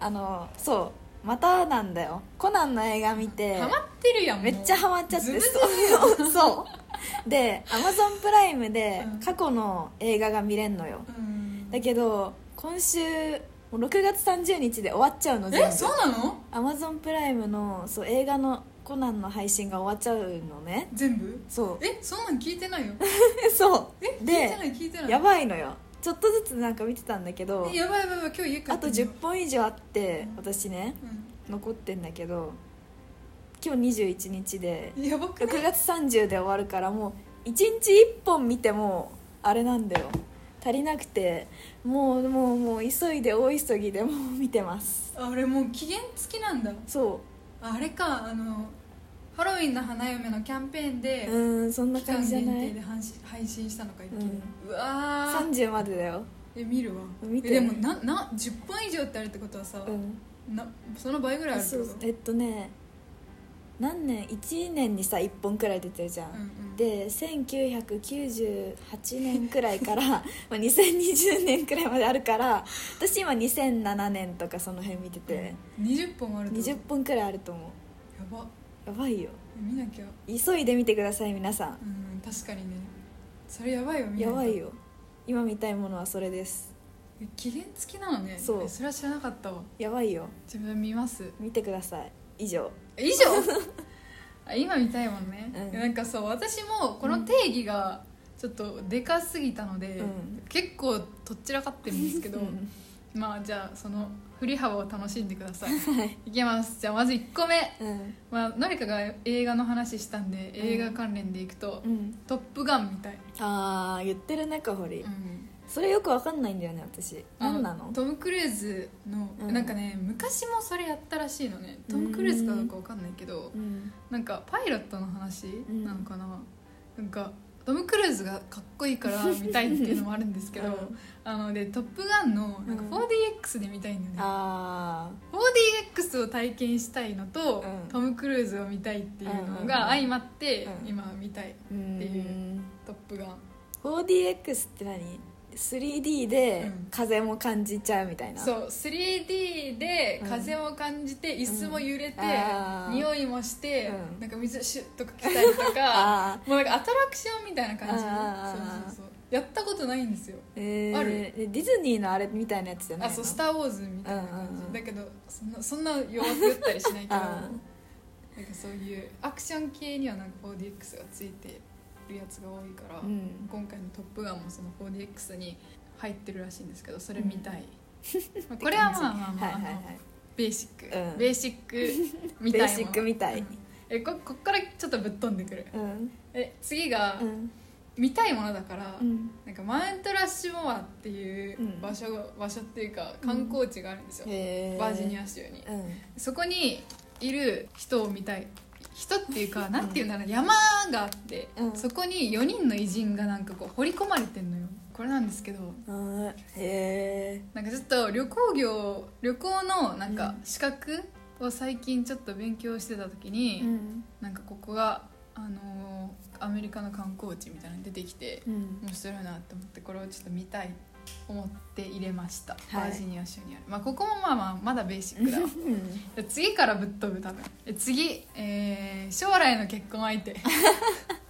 [SPEAKER 1] あのそうまたなんだよコナンの映画見て
[SPEAKER 2] ハマってるやんもう
[SPEAKER 1] めっちゃハマっちゃって
[SPEAKER 2] ズブズ
[SPEAKER 1] そうそうでアマゾンプライムで
[SPEAKER 2] うん
[SPEAKER 1] 過去の映画が見れんのよ
[SPEAKER 2] うん
[SPEAKER 1] だけど今週もう6月30日で終わっちゃうの全
[SPEAKER 2] え
[SPEAKER 1] 部
[SPEAKER 2] そうなの
[SPEAKER 1] アマゾンプライムのそう映画のコナンの配信が終わっちゃうのね
[SPEAKER 2] 全部
[SPEAKER 1] そう
[SPEAKER 2] えそんなん聞いて ないよ
[SPEAKER 1] そ
[SPEAKER 2] え
[SPEAKER 1] う
[SPEAKER 2] 聞いてな
[SPEAKER 1] で
[SPEAKER 2] い聞いてない
[SPEAKER 1] やばいのよちょっとずつなんか見てたんだけど
[SPEAKER 2] えやばいやばいやばい今日家帰って
[SPEAKER 1] あと10本以上あって
[SPEAKER 2] うん
[SPEAKER 1] 私ね
[SPEAKER 2] う
[SPEAKER 1] 残ってんだけど今日21日で
[SPEAKER 2] んやばく
[SPEAKER 1] 6
[SPEAKER 2] ない
[SPEAKER 1] 月30で終わるからもう1日1本見てもあれなんだよ足りなくてもうもうもう急いで大急ぎでもう見てます
[SPEAKER 2] あれもう期限付きなんだ
[SPEAKER 1] そ
[SPEAKER 2] あれかあのハロウィンの花嫁のキャンペーン
[SPEAKER 1] う
[SPEAKER 2] で、
[SPEAKER 1] うんそんな
[SPEAKER 2] 期間
[SPEAKER 1] 感じじゃ
[SPEAKER 2] 限
[SPEAKER 1] な
[SPEAKER 2] 定
[SPEAKER 1] い
[SPEAKER 2] で配信配信したのか一気に、うわー
[SPEAKER 1] 30までだよ
[SPEAKER 2] え見るわ
[SPEAKER 1] 見て
[SPEAKER 2] えでもなな10本以上ってあるってことはさ、
[SPEAKER 1] うん
[SPEAKER 2] なその倍ぐらいあるって
[SPEAKER 1] そ
[SPEAKER 2] こ
[SPEAKER 1] う
[SPEAKER 2] と
[SPEAKER 1] えっとね何年1年にさ1本くらい出てるじゃん、
[SPEAKER 2] うんうん、
[SPEAKER 1] で1998年くらい からまあ2020年くらいまであるから私今2007年とかその辺見てて
[SPEAKER 2] 20本あるってこと
[SPEAKER 1] 20本くらいあると思う
[SPEAKER 2] やば
[SPEAKER 1] やばいよ
[SPEAKER 2] え見なきゃ
[SPEAKER 1] 急いで見てください皆さん
[SPEAKER 2] うん確かにねそれやばいよ見な
[SPEAKER 1] や
[SPEAKER 2] と
[SPEAKER 1] ばいよ今見たいものはそれです
[SPEAKER 2] え期限付きなのね
[SPEAKER 1] そう
[SPEAKER 2] えそれは知らなかったわ
[SPEAKER 1] やばいよ
[SPEAKER 2] 自分見ます
[SPEAKER 1] 見てください以上
[SPEAKER 2] え以上 あ今見たいもんね、
[SPEAKER 1] うん
[SPEAKER 2] いやなんかそう私もこの定義がちょっとでかすぎたので、
[SPEAKER 1] うん
[SPEAKER 2] 結構とっちらかってるんですけど、
[SPEAKER 1] うん
[SPEAKER 2] まあじゃあその振り幅を楽しんでくださ い、い、きますじゃあまず1個目
[SPEAKER 1] うん
[SPEAKER 2] まあのりかが映画の話したんで映画関連でいくと「
[SPEAKER 1] うん
[SPEAKER 2] トップガン」みたい、
[SPEAKER 1] ああ言ってるねかほりそれよくわかんないんだよね私何なの
[SPEAKER 2] トム・クルーズの、
[SPEAKER 1] うん
[SPEAKER 2] なんかね昔もそれやったらしいのねトム・クルーズかどうかわかんないけど
[SPEAKER 1] うん
[SPEAKER 2] なんかパイロットの話
[SPEAKER 1] ん
[SPEAKER 2] なのかな、なんかトム・クルーズがかっこい いから見たいっていうのもあるんですけど、
[SPEAKER 1] うん
[SPEAKER 2] あので「トップガン」のなんか
[SPEAKER 1] うん
[SPEAKER 2] 4DX で見たいんだよね、
[SPEAKER 1] あ
[SPEAKER 2] 4DX を体験したいのと、
[SPEAKER 1] うん
[SPEAKER 2] トム・クルーズを見たいっていう
[SPEAKER 1] うんうんう
[SPEAKER 2] の
[SPEAKER 1] ん
[SPEAKER 2] が相まって、
[SPEAKER 1] うん
[SPEAKER 2] 今見たい
[SPEAKER 1] あう
[SPEAKER 2] っていうん「トップガン
[SPEAKER 1] 4DX って何 3D で
[SPEAKER 2] うん
[SPEAKER 1] 風も感じちゃうみたい」な、
[SPEAKER 2] そう 3D で風を感じて、椅子も揺れて、
[SPEAKER 1] うんあー
[SPEAKER 2] 匂いもして、
[SPEAKER 1] うん
[SPEAKER 2] なんか水シュッとか来たりとか
[SPEAKER 1] ああ
[SPEAKER 2] もうなんかアトラクションみたいな感じ
[SPEAKER 1] あー
[SPEAKER 2] そうそうそうやったことないんですよ、
[SPEAKER 1] えー、
[SPEAKER 2] ある
[SPEAKER 1] でディズニーのあれみたいなやつじゃない
[SPEAKER 2] あ
[SPEAKER 1] の
[SPEAKER 2] そう「スター・ウォーズ」みたいな感じ、
[SPEAKER 1] うんうんうん
[SPEAKER 2] だけどそんなそんな弱く打ったりしないけど
[SPEAKER 1] あー
[SPEAKER 2] なんかそういうアクション系にはなんか 4DX がついてるやつが多いから、
[SPEAKER 1] うん
[SPEAKER 2] 今回の「トップガン」もその 4DX に入ってるらしいんですけどそれ見たい、まあこれはまあまあまあ,、
[SPEAKER 1] はいはい
[SPEAKER 2] あ
[SPEAKER 1] は
[SPEAKER 2] の
[SPEAKER 1] い
[SPEAKER 2] ベーシック、
[SPEAKER 1] うん
[SPEAKER 2] ベーシックみ
[SPEAKER 1] ベ
[SPEAKER 2] たいな
[SPEAKER 1] ーシックみたい
[SPEAKER 2] えここっからちょっとぶっ飛んでくる
[SPEAKER 1] うん
[SPEAKER 2] え次が
[SPEAKER 1] うん
[SPEAKER 2] 見たいものだから、
[SPEAKER 1] うん
[SPEAKER 2] なんかマウントラッシュモアっていう
[SPEAKER 1] うん
[SPEAKER 2] 場所,、場所っていうか観光地があるんですよ、
[SPEAKER 1] へー
[SPEAKER 2] バージニア州に、
[SPEAKER 1] うん
[SPEAKER 2] そこにいる人を見たい人っていうかなんていうんだろう山があって、
[SPEAKER 1] うん
[SPEAKER 2] そこに4人の偉人がなんかこう掘り込まれてんのよこれなんですけど
[SPEAKER 1] あーへ
[SPEAKER 2] なんかちょっと旅行業旅行のなんか
[SPEAKER 1] うん
[SPEAKER 2] 資格を最近ちょっと勉強してた時に、
[SPEAKER 1] えうん
[SPEAKER 2] なんかここが、あのーアメリカの観光地みたいなの出てきて
[SPEAKER 1] うん
[SPEAKER 2] 面白いなと思ってこれをちょっと見たい思って入れました、
[SPEAKER 1] はい
[SPEAKER 2] バージニア州にある、まあ、ここもまあまあまだベーシックだわ
[SPEAKER 1] うん
[SPEAKER 2] じゃあ次からぶっ飛ぶ多分え次、えー将来の結婚相手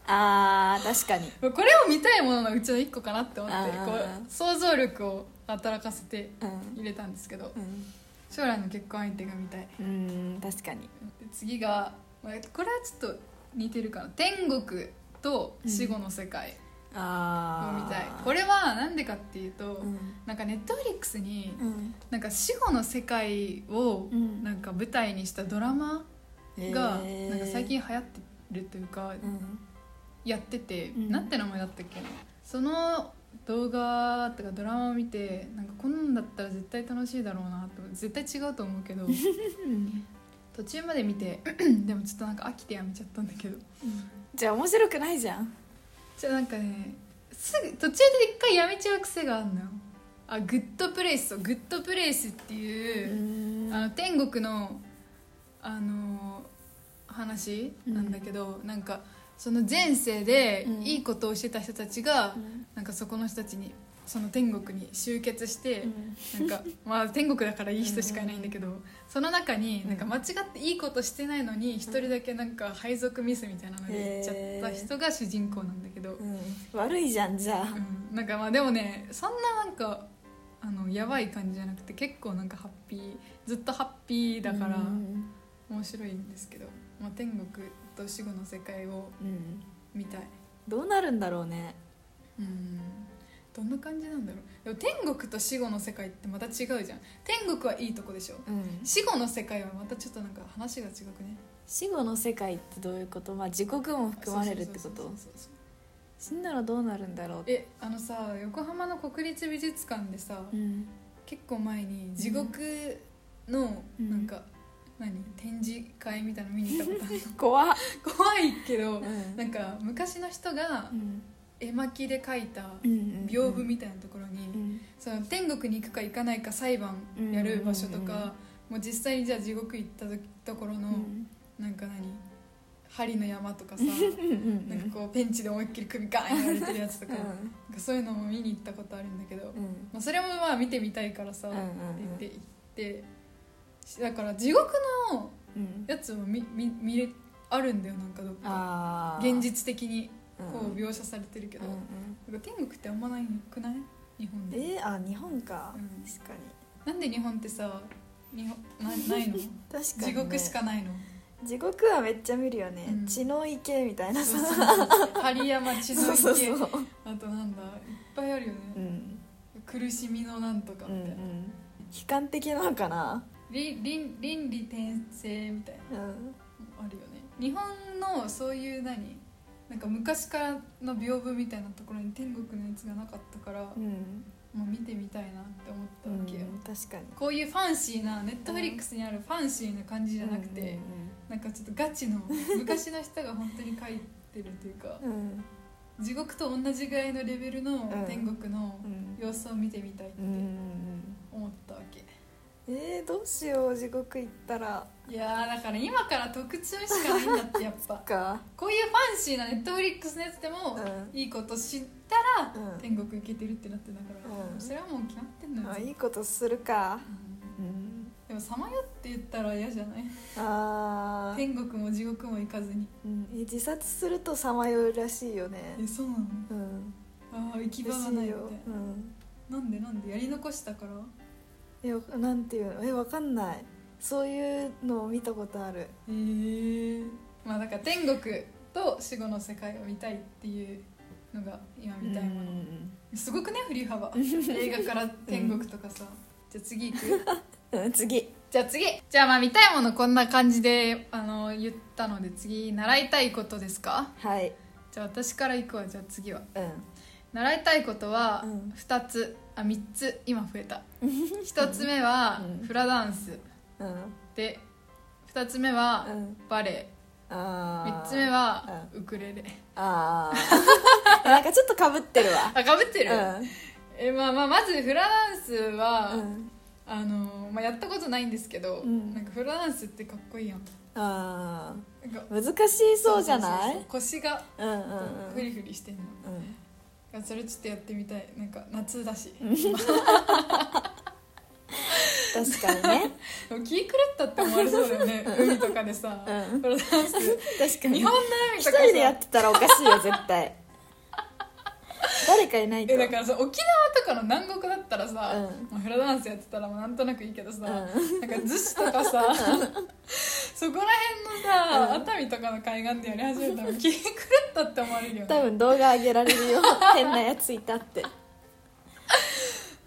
[SPEAKER 1] あー確かに
[SPEAKER 2] これを見たいもののうちの一個かなって思って
[SPEAKER 1] あー
[SPEAKER 2] こう想像力を働かせて
[SPEAKER 1] うん
[SPEAKER 2] 入れたんですけど
[SPEAKER 1] うん
[SPEAKER 2] 将来の結婚相手が見たい
[SPEAKER 1] うん確かに
[SPEAKER 2] で次がまあこれはちょっと似てるかな天国と死後の世界を見
[SPEAKER 1] ああ
[SPEAKER 2] たい、これはなんでかっていうと、
[SPEAKER 1] うん
[SPEAKER 2] なんかネットフリックスに
[SPEAKER 1] うん
[SPEAKER 2] なんか死後の世界を
[SPEAKER 1] うん
[SPEAKER 2] なんか舞台にしたドラマが
[SPEAKER 1] へー
[SPEAKER 2] なんか最近流行ってるというか、
[SPEAKER 1] うん
[SPEAKER 2] やってて、
[SPEAKER 1] うん
[SPEAKER 2] なんて名前だったっけなその動画とかドラマを見てなんかこんなんだったら絶対楽しいだろうなと思って絶対違うと思う けど
[SPEAKER 1] うん
[SPEAKER 2] 途中まで見て でもちょっとなんか飽きてやめちゃったんだけど
[SPEAKER 1] じゃあ面白くないじゃん
[SPEAKER 2] じゃあなんかねすぐ途中で一回やめちゃう癖があるのよあグッドプレイスそうグッドプレイスって
[SPEAKER 1] う
[SPEAKER 2] いう、
[SPEAKER 1] ん
[SPEAKER 2] あの天国のあの話なんだけど、なんかその前世で
[SPEAKER 1] うん
[SPEAKER 2] いいことをしてた人たちが、
[SPEAKER 1] うん
[SPEAKER 2] なんかそこの人たちにその天国に集結して
[SPEAKER 1] う、ん
[SPEAKER 2] なんか まあ天国だからいい人しかいないんだけど、その中になんか間違っていいことしてないのに一人だけなんか配属ミスみたいなので行っちゃった人が主人公なんだけど、
[SPEAKER 1] うん悪いじゃんじゃあ
[SPEAKER 2] うん、なんかまあでもねそんななんかあのやばい感じじゃなくて結構なんかハッピーずっとハッピーだから
[SPEAKER 1] うん
[SPEAKER 2] 面白いんですけど、まあ、天国と死後の世界を
[SPEAKER 1] うん
[SPEAKER 2] 見たい
[SPEAKER 1] どうなるんだろうね
[SPEAKER 2] うんどんな感じなんだろうでも天国と死後の世界ってまた違うじゃん天国はいいとこでしょ
[SPEAKER 1] うん
[SPEAKER 2] 死後の世界はまたちょっとなんか話が違くね
[SPEAKER 1] 死後の世界ってどういうことまあ地獄も含まれるってこ
[SPEAKER 2] そう
[SPEAKER 1] と
[SPEAKER 2] そうそうそう
[SPEAKER 1] 死んだらどうなるんだろう
[SPEAKER 2] えあのさ横浜の国立美術館でさ、
[SPEAKER 1] うん
[SPEAKER 2] 結構前に地獄の
[SPEAKER 1] うん
[SPEAKER 2] なんか、何展示会みたいなの見に行ったことある
[SPEAKER 1] 怖っ
[SPEAKER 2] 怖いけど
[SPEAKER 1] うん
[SPEAKER 2] なんか昔の人が
[SPEAKER 1] うん
[SPEAKER 2] 絵巻で描いた
[SPEAKER 1] うん
[SPEAKER 2] 屏風みたいなところに、
[SPEAKER 1] うん
[SPEAKER 2] その天国に行くか行かないか裁判やる場所とか、もう実際にじゃあ地獄行った時ところの、
[SPEAKER 1] うん
[SPEAKER 2] なんか何針の山とかさ
[SPEAKER 1] うんうんう
[SPEAKER 2] なん
[SPEAKER 1] ん
[SPEAKER 2] かこうペンチで思いっきり首ガーンやられてるやつとか,、
[SPEAKER 1] うん
[SPEAKER 2] なんかそういうのも見に行ったことあるんだけど、
[SPEAKER 1] うん
[SPEAKER 2] まあ、それもまあ見てみたいからさ、
[SPEAKER 1] うんうんうん
[SPEAKER 2] って言って行ってだから地獄の
[SPEAKER 1] うん
[SPEAKER 2] やつも見見見れあるんだよなんかどっか
[SPEAKER 1] あー
[SPEAKER 2] 現実的にこ
[SPEAKER 1] ん
[SPEAKER 2] う描写されてるけど、
[SPEAKER 1] うん
[SPEAKER 2] なんか天国ってあんまないくない日本
[SPEAKER 1] うん
[SPEAKER 2] で、
[SPEAKER 1] えーあ日本か
[SPEAKER 2] うん
[SPEAKER 1] 確かに
[SPEAKER 2] なんで日本ってさ日本なないの
[SPEAKER 1] 確かに
[SPEAKER 2] 地獄し
[SPEAKER 1] ね
[SPEAKER 2] かないの
[SPEAKER 1] 地獄はめっちゃ見るよね
[SPEAKER 2] うん
[SPEAKER 1] 血の池みたいな
[SPEAKER 2] そう
[SPEAKER 1] さ
[SPEAKER 2] そうそう針山地の
[SPEAKER 1] そ
[SPEAKER 2] 池
[SPEAKER 1] うそうそう
[SPEAKER 2] あとなんだいっぱいあるよね、
[SPEAKER 1] うん
[SPEAKER 2] 苦しみのなんとか
[SPEAKER 1] うんう
[SPEAKER 2] みたいな、
[SPEAKER 1] ん悲観的なのかな、
[SPEAKER 2] 倫倫倫理転生みたいな
[SPEAKER 1] うん、
[SPEAKER 2] あるよね日本のそういう何なんか昔からの屏風みたいなところに天国のやつがなかったから、も
[SPEAKER 1] うん、
[SPEAKER 2] う見てみたいなって思ったわけよ、
[SPEAKER 1] 確かに
[SPEAKER 2] こういうファンシーなネットフリックスにあるファンシーな感じじゃなくて、なんかちょっとガチの昔の人が本当に書いてるというか
[SPEAKER 1] うんうん
[SPEAKER 2] 地獄と同じぐらいのレベルの
[SPEAKER 1] うん
[SPEAKER 2] 天国の
[SPEAKER 1] うん
[SPEAKER 2] 様子を見てみたいって
[SPEAKER 1] うんうん
[SPEAKER 2] 思ったわけ、
[SPEAKER 1] うんえー、どうしよう地獄行ったら
[SPEAKER 2] いやーだから今から特注しかないんだってやっ ぱ
[SPEAKER 1] か
[SPEAKER 2] こういうファンシーなネットフリックスのやつでも、
[SPEAKER 1] う
[SPEAKER 2] いいこと知ったら、
[SPEAKER 1] うん
[SPEAKER 2] 天国行けてるってなってんだから、
[SPEAKER 1] うん
[SPEAKER 2] それはもう決まってんのよ、
[SPEAKER 1] あいいことするか
[SPEAKER 2] うん
[SPEAKER 1] うん
[SPEAKER 2] でもさまよって言ったら嫌じゃない
[SPEAKER 1] あー、
[SPEAKER 2] 天国も地獄も行かずに
[SPEAKER 1] うん、え自殺するとさまようらしいよね
[SPEAKER 2] えそうなの
[SPEAKER 1] うん
[SPEAKER 2] ああ行き場
[SPEAKER 1] らし
[SPEAKER 2] がな
[SPEAKER 1] い
[SPEAKER 2] いみたい
[SPEAKER 1] よ、うん、
[SPEAKER 2] ななんでなんでやり残したから
[SPEAKER 1] えわなんていうのえわかんないそういうのを見たことある
[SPEAKER 2] へえまあだから天国と死後の世界を見たいっていうのが今見たいもの、すごくね振り 幅映画から天国とかさ、じゃあ次行く
[SPEAKER 1] うんうん次
[SPEAKER 2] じゃあ次じゃあまあ見たいものこんな感じであの言ったので次習いたいことですか
[SPEAKER 1] はい
[SPEAKER 2] じゃあ私から行くわじゃあ次は
[SPEAKER 1] うん
[SPEAKER 2] 習いたいことは
[SPEAKER 1] うん
[SPEAKER 2] 2つ、あ3つ今増え た1つ目は
[SPEAKER 1] うん
[SPEAKER 2] フラダンス
[SPEAKER 1] うん
[SPEAKER 2] で2つ目は
[SPEAKER 1] うん
[SPEAKER 2] バレエ
[SPEAKER 1] あー
[SPEAKER 2] 3つ目はウクレレ
[SPEAKER 1] ああ なんかちょっとかぶってるわ
[SPEAKER 2] あかぶってる、
[SPEAKER 1] うん
[SPEAKER 2] えまあまあまずフラダンスは、
[SPEAKER 1] うん
[SPEAKER 2] あのまあ、やったことないんですけど、
[SPEAKER 1] うん
[SPEAKER 2] なんかフラダンスってかっこいいやん
[SPEAKER 1] あ
[SPEAKER 2] なんか
[SPEAKER 1] ー難しそうじゃない
[SPEAKER 2] そうそうそう腰が
[SPEAKER 1] うんうんうん
[SPEAKER 2] フリフリしてんの、
[SPEAKER 1] うん
[SPEAKER 2] あそれちょっとやってみたいなんか夏だし
[SPEAKER 1] 確かにね
[SPEAKER 2] でも気狂ったって思われそうだよね海とかでさ、
[SPEAKER 1] うん
[SPEAKER 2] フラダンス
[SPEAKER 1] 確か
[SPEAKER 2] 日
[SPEAKER 1] に
[SPEAKER 2] 本の海
[SPEAKER 1] 一
[SPEAKER 2] とかさ
[SPEAKER 1] 人でやってたらおかしいよ絶対誰かいないと
[SPEAKER 2] えだからさ沖縄とかの南国だったらさ、
[SPEAKER 1] うん
[SPEAKER 2] まあフラダンスやってたらもうなんとなくいいけどさ、
[SPEAKER 1] う
[SPEAKER 2] なんか逗子と かさ、そこら辺のさ、
[SPEAKER 1] うん
[SPEAKER 2] 熱海とかの海岸でやり始めたら気狂ったって思われるよ
[SPEAKER 1] 多
[SPEAKER 2] ね、
[SPEAKER 1] 分動画上げられるよ変なやついたって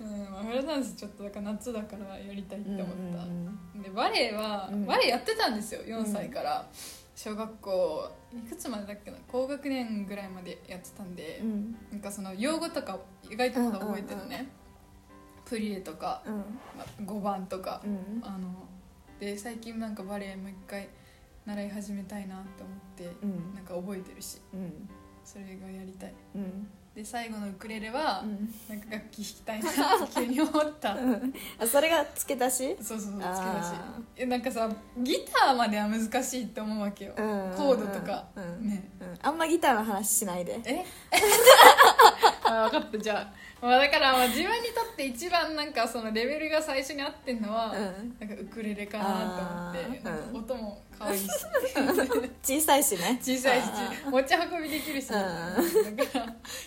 [SPEAKER 2] うんまあ、フラダンスちょっとだから夏だからやりたいって思った、
[SPEAKER 1] うん
[SPEAKER 2] でバレエは、
[SPEAKER 1] うん
[SPEAKER 2] バレエやってたんですよ4歳から、小学校いくつまでだっけな高学年ぐらいまでやってたんで、
[SPEAKER 1] うん
[SPEAKER 2] なんかその用語とか意外とまだ覚えてるね、プリエとか、
[SPEAKER 1] うん
[SPEAKER 2] まあ、5番とか
[SPEAKER 1] う、ん
[SPEAKER 2] あので最近なんかバレエもう一回習い始めたいなって思って、
[SPEAKER 1] うん
[SPEAKER 2] なんか覚えてるし
[SPEAKER 1] うん
[SPEAKER 2] それがやりたい
[SPEAKER 1] うん
[SPEAKER 2] で最後のウクレレは、
[SPEAKER 1] うん
[SPEAKER 2] なんか楽器弾きたい なって急に思った
[SPEAKER 1] あそれが付け出し
[SPEAKER 2] そうそうそうつけだし
[SPEAKER 1] あ
[SPEAKER 2] えなんかさギターまでは難しいって思うわけよ、
[SPEAKER 1] うん
[SPEAKER 2] コードとか、
[SPEAKER 1] うん
[SPEAKER 2] ね
[SPEAKER 1] うんあんまギターの話しないで
[SPEAKER 2] え あ分かったじゃあ、まあ、だから、まあ、自分にとって一番なんかそのレベルが最初に合ってんのは、
[SPEAKER 1] うん
[SPEAKER 2] なんかウクレレかなと思って、
[SPEAKER 1] あー
[SPEAKER 2] なんか音も可愛いし
[SPEAKER 1] 小さいしね
[SPEAKER 2] 小さいし
[SPEAKER 1] あ
[SPEAKER 2] 持ち運びできるし、
[SPEAKER 1] うん
[SPEAKER 2] だから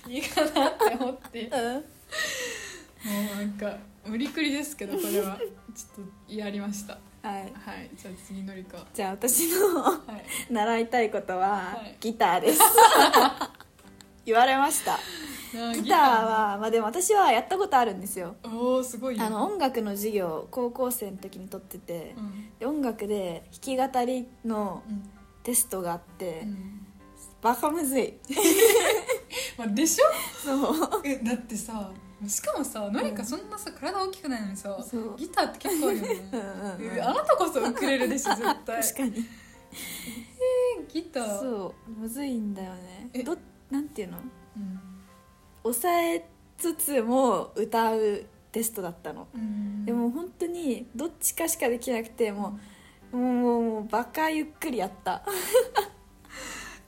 [SPEAKER 2] いいかなって思っても
[SPEAKER 1] ーうん
[SPEAKER 2] うなんか無理くりですけどこれは ちょっとやりました
[SPEAKER 1] はい
[SPEAKER 2] はいじゃあ次のりか
[SPEAKER 1] じゃあ私の
[SPEAKER 2] はい
[SPEAKER 1] 習いたいことは
[SPEAKER 2] はい
[SPEAKER 1] ギター です言われましたギターはまあでも私はやったことあるんですよ
[SPEAKER 2] おおすごいよ
[SPEAKER 1] あの音楽の授業を高校生の時に取ってて
[SPEAKER 2] うん
[SPEAKER 1] で音楽で弾き語りの
[SPEAKER 2] うん
[SPEAKER 1] テストがあって、
[SPEAKER 2] うん
[SPEAKER 1] バカむずい
[SPEAKER 2] まあ、でしょ
[SPEAKER 1] そう
[SPEAKER 2] えだってさしかもさのりかそんなさ体大きくないのにさ
[SPEAKER 1] そう
[SPEAKER 2] ギターって結構あるよね
[SPEAKER 1] うんうんうん
[SPEAKER 2] えあなたこそウクレレでしょ絶対
[SPEAKER 1] 確かに
[SPEAKER 2] ギター
[SPEAKER 1] そうむずいんだよ
[SPEAKER 2] え
[SPEAKER 1] ねどなんていうの
[SPEAKER 2] うん
[SPEAKER 1] 抑えつつも歌うテストだったの
[SPEAKER 2] うん
[SPEAKER 1] でも本当にどっちかしかできなくてもうもうもうもうバカゆっくりやった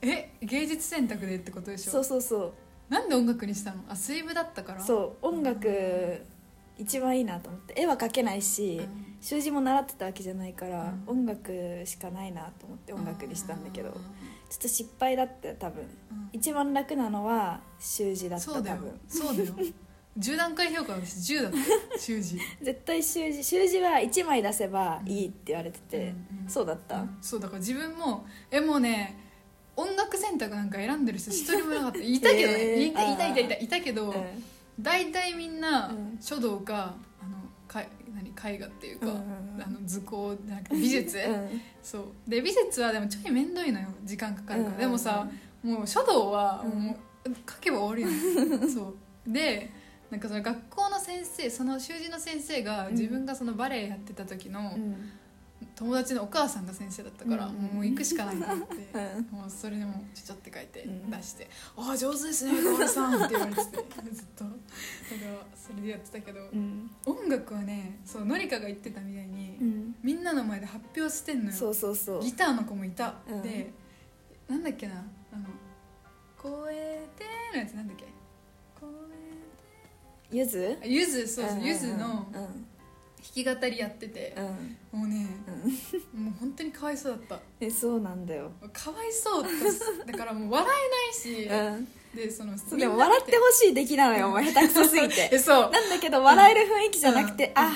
[SPEAKER 2] え芸術選択でってことでしょ
[SPEAKER 1] そうそうそう
[SPEAKER 2] なんで音楽にしたのあ水部だったからう、
[SPEAKER 1] そう音楽一番いいなと思って絵は描けないし、
[SPEAKER 2] ん
[SPEAKER 1] 習字も習ってたわけじゃないから、
[SPEAKER 2] うん
[SPEAKER 1] 音楽しかないなと思って音楽にしたんだけど
[SPEAKER 2] あ
[SPEAKER 1] ちょっと失敗だったよ多分
[SPEAKER 2] ー
[SPEAKER 1] 一番楽なのは習字
[SPEAKER 2] う
[SPEAKER 1] だ
[SPEAKER 2] ん
[SPEAKER 1] った
[SPEAKER 2] そ
[SPEAKER 1] 多
[SPEAKER 2] うだよ
[SPEAKER 1] 分
[SPEAKER 2] そうだよ10 段階評価私10だった習字
[SPEAKER 1] 絶対習字習字は1枚出せばいいって言われてて、
[SPEAKER 2] うんうん
[SPEAKER 1] そうだった、
[SPEAKER 2] うんそうだから自分もえもうね音楽選択なんか選んでる人一人もいなかった いたけどね、
[SPEAKER 1] へー
[SPEAKER 2] いたいたいたい
[SPEAKER 1] あ
[SPEAKER 2] たいたけど、
[SPEAKER 1] うん
[SPEAKER 2] 大体みんな
[SPEAKER 1] うん
[SPEAKER 2] 書道かあのか何絵画っていうか、
[SPEAKER 1] うんうんうん
[SPEAKER 2] あの図工じゃなくて 美術、
[SPEAKER 1] うん
[SPEAKER 2] そうで美術はでもちょい面倒いのよ時間かかるから、でもさもう書道は
[SPEAKER 1] うん
[SPEAKER 2] もう書けば終わり なのそうでなんかその学校の先生その習字の先生が
[SPEAKER 1] うん
[SPEAKER 2] 自分がそのバレエやってた時の
[SPEAKER 1] うんうん
[SPEAKER 2] 友達のお母さんが先生だったから、
[SPEAKER 1] うんうん
[SPEAKER 2] もう行くしかないなって、
[SPEAKER 1] うん
[SPEAKER 2] もうそれでもちょちょって書いて
[SPEAKER 1] うん
[SPEAKER 2] 出して「ああ上手ですね小春さん」って言われてて ずっとだからそれでやってたけど
[SPEAKER 1] うん
[SPEAKER 2] 音楽はねそうのりかが言ってたみたいに、
[SPEAKER 1] うん
[SPEAKER 2] みんなの前で発表してんのよ
[SPEAKER 1] そうそうそう
[SPEAKER 2] ギターの子もいた、
[SPEAKER 1] うん
[SPEAKER 2] でなんだっけなあの「声で」のやつなんだっけ声
[SPEAKER 1] ゆず
[SPEAKER 2] でゆずそうそうゆず、の
[SPEAKER 1] うん
[SPEAKER 2] 弾き語りやってて
[SPEAKER 1] う、んうん
[SPEAKER 2] もうね
[SPEAKER 1] うん
[SPEAKER 2] もう本当にかわいそうだった
[SPEAKER 1] えそうなんだよ、
[SPEAKER 2] かわいそうだっただからもう笑
[SPEAKER 1] う
[SPEAKER 2] えないし、
[SPEAKER 1] ん、
[SPEAKER 2] でその
[SPEAKER 1] そうでも笑ってほしい出来なのよお前下手くそすぎて
[SPEAKER 2] え そ
[SPEAKER 1] な
[SPEAKER 2] う、
[SPEAKER 1] んだけど笑える雰囲気じゃなくて、あ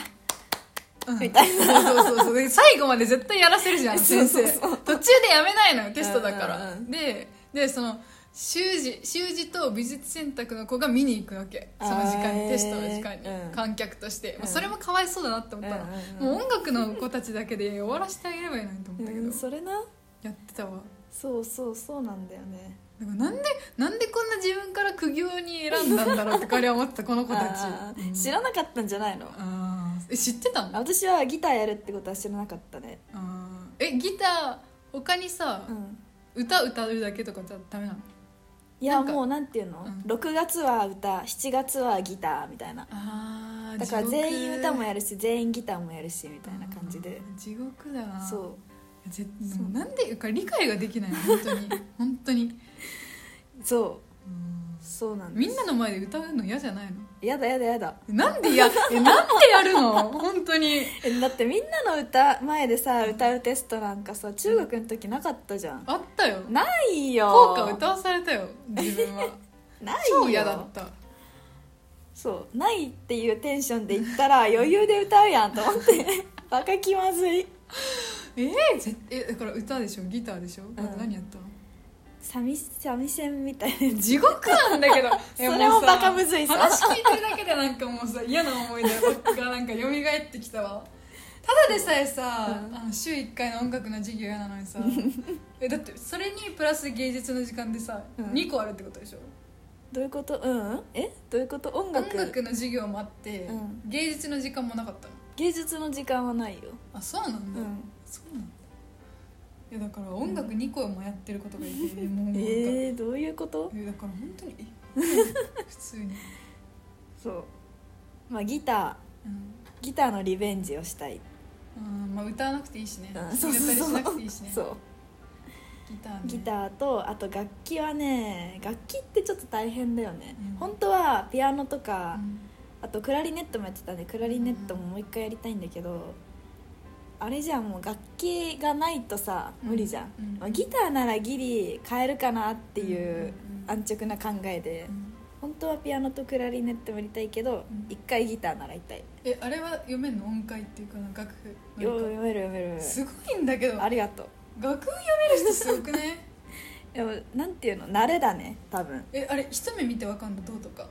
[SPEAKER 2] うん
[SPEAKER 1] みたい
[SPEAKER 2] そうそうそうで最後まで絶対やらせるじゃん
[SPEAKER 1] そう
[SPEAKER 2] 先
[SPEAKER 1] そう
[SPEAKER 2] 生
[SPEAKER 1] そう
[SPEAKER 2] 途中でやめないのよテストだから、
[SPEAKER 1] うんうんうん
[SPEAKER 2] ででその習字習字と美術選択の子が見に行くわけその時
[SPEAKER 1] あ
[SPEAKER 2] 間
[SPEAKER 1] ー
[SPEAKER 2] にテストの時間に、
[SPEAKER 1] うん
[SPEAKER 2] 観客として、まあ
[SPEAKER 1] うん
[SPEAKER 2] それもかわいそうだなって思ったの、
[SPEAKER 1] うんうんうん
[SPEAKER 2] もう音楽の子たちだけで終わらせてあげればいいのにと思ったけど、
[SPEAKER 1] うん、それな
[SPEAKER 2] やってたわ
[SPEAKER 1] そうそうそうなんだよね
[SPEAKER 2] だからなんでなんでこんな自分から苦行に選んだんだろうって彼は思ってたこの子たち
[SPEAKER 1] あ、ー
[SPEAKER 2] うん
[SPEAKER 1] 知らなかったんじゃないの
[SPEAKER 2] あーえ知ってた
[SPEAKER 1] あ
[SPEAKER 2] の
[SPEAKER 1] 私はギターやるってことは知らなかったね
[SPEAKER 2] あーえギター他にさ、
[SPEAKER 1] うん
[SPEAKER 2] 歌歌うだけとかじゃダメなの
[SPEAKER 1] いや
[SPEAKER 2] なんか
[SPEAKER 1] もうなんていうの、
[SPEAKER 2] うん
[SPEAKER 1] 6月は歌7月はギターみたいな
[SPEAKER 2] あー
[SPEAKER 1] だから全員歌も
[SPEAKER 2] み
[SPEAKER 1] やるし全員ギターもやるしみたいな感じで
[SPEAKER 2] 地獄だな
[SPEAKER 1] そう
[SPEAKER 2] ぜ
[SPEAKER 1] そう
[SPEAKER 2] もうなんでいうか理解ができない本当 に本当に
[SPEAKER 1] うそうそうなんで
[SPEAKER 2] み
[SPEAKER 1] す
[SPEAKER 2] んなの前で歌うの嫌じゃないの
[SPEAKER 1] やだやだやだ
[SPEAKER 2] なんでやえなんでやるの本当に
[SPEAKER 1] えだってみんなの歌前でさ歌うテストなんかさ中学の時なかったじゃん
[SPEAKER 2] あったよ
[SPEAKER 1] ないよ
[SPEAKER 2] 効果歌わされたよ自分 は
[SPEAKER 1] ないよ
[SPEAKER 2] 超嫌だった
[SPEAKER 1] そうないっていうテンションで言 ったら余裕で歌うやんと思って バカ気まずい
[SPEAKER 2] えー、ぜえだから歌でしょギターでしょ、あと何やったの
[SPEAKER 1] 寂し三味線みたいなやつ
[SPEAKER 2] 地獄なんだけど
[SPEAKER 1] それもバカむずいさ
[SPEAKER 2] さ話聞いてるだけでなんかもうさ嫌な思い出がなんか蘇ってきたわただでさえさ、
[SPEAKER 1] うん
[SPEAKER 2] あの週1回の音楽の授業嫌なのにさえだってそれにプラス芸術の時間でさ、
[SPEAKER 1] うん
[SPEAKER 2] 2個あるってことでしょ
[SPEAKER 1] どういうことうんえどういうこと音楽
[SPEAKER 2] 音楽の授業もあって、
[SPEAKER 1] うん
[SPEAKER 2] 芸術の時間もなかったの
[SPEAKER 1] 芸術の時間はないよ
[SPEAKER 2] あそうなん
[SPEAKER 1] う
[SPEAKER 2] だ、
[SPEAKER 1] ん
[SPEAKER 2] そうなんだいやだから音楽2個もやってることがいて、もうなんか、
[SPEAKER 1] えー、どういうこと
[SPEAKER 2] えだから本 当にえ普通に、
[SPEAKER 1] そうまあギタ
[SPEAKER 2] うん
[SPEAKER 1] ーギターのリベンジをしたい、
[SPEAKER 2] うんまあ歌わなくていいしね、
[SPEAKER 1] うん
[SPEAKER 2] そうそうそうしなくていいしね
[SPEAKER 1] そう
[SPEAKER 2] ギターね
[SPEAKER 1] ギターとあと楽器はね楽器ってちょっと大変だよね、
[SPEAKER 2] うん
[SPEAKER 1] 本当はピアノと
[SPEAKER 2] う
[SPEAKER 1] か、
[SPEAKER 2] ん
[SPEAKER 1] あとクラリネットもやってたんでクラリネットももう一回やりたいんだけど、あれじゃんもう楽器がないとさ
[SPEAKER 2] うん
[SPEAKER 1] 無理じゃん、
[SPEAKER 2] うん
[SPEAKER 1] まあ、ギターならギリ買えるかなっていう
[SPEAKER 2] うんうん
[SPEAKER 1] 安直な考えで、
[SPEAKER 2] うん
[SPEAKER 1] 本当はピアノとクラリネットもやりたいけど
[SPEAKER 2] うん
[SPEAKER 1] 一、回ギター習いたい
[SPEAKER 2] えあれは読めんの音階っていうかな楽譜
[SPEAKER 1] よ
[SPEAKER 2] なんか
[SPEAKER 1] 読める読める読
[SPEAKER 2] すごいんだけど
[SPEAKER 1] める
[SPEAKER 2] 楽
[SPEAKER 1] ありがとう
[SPEAKER 2] 譜読める人すごくね
[SPEAKER 1] でもなんていうの慣れだね多分
[SPEAKER 2] えあれ一目見てわかんのどうとか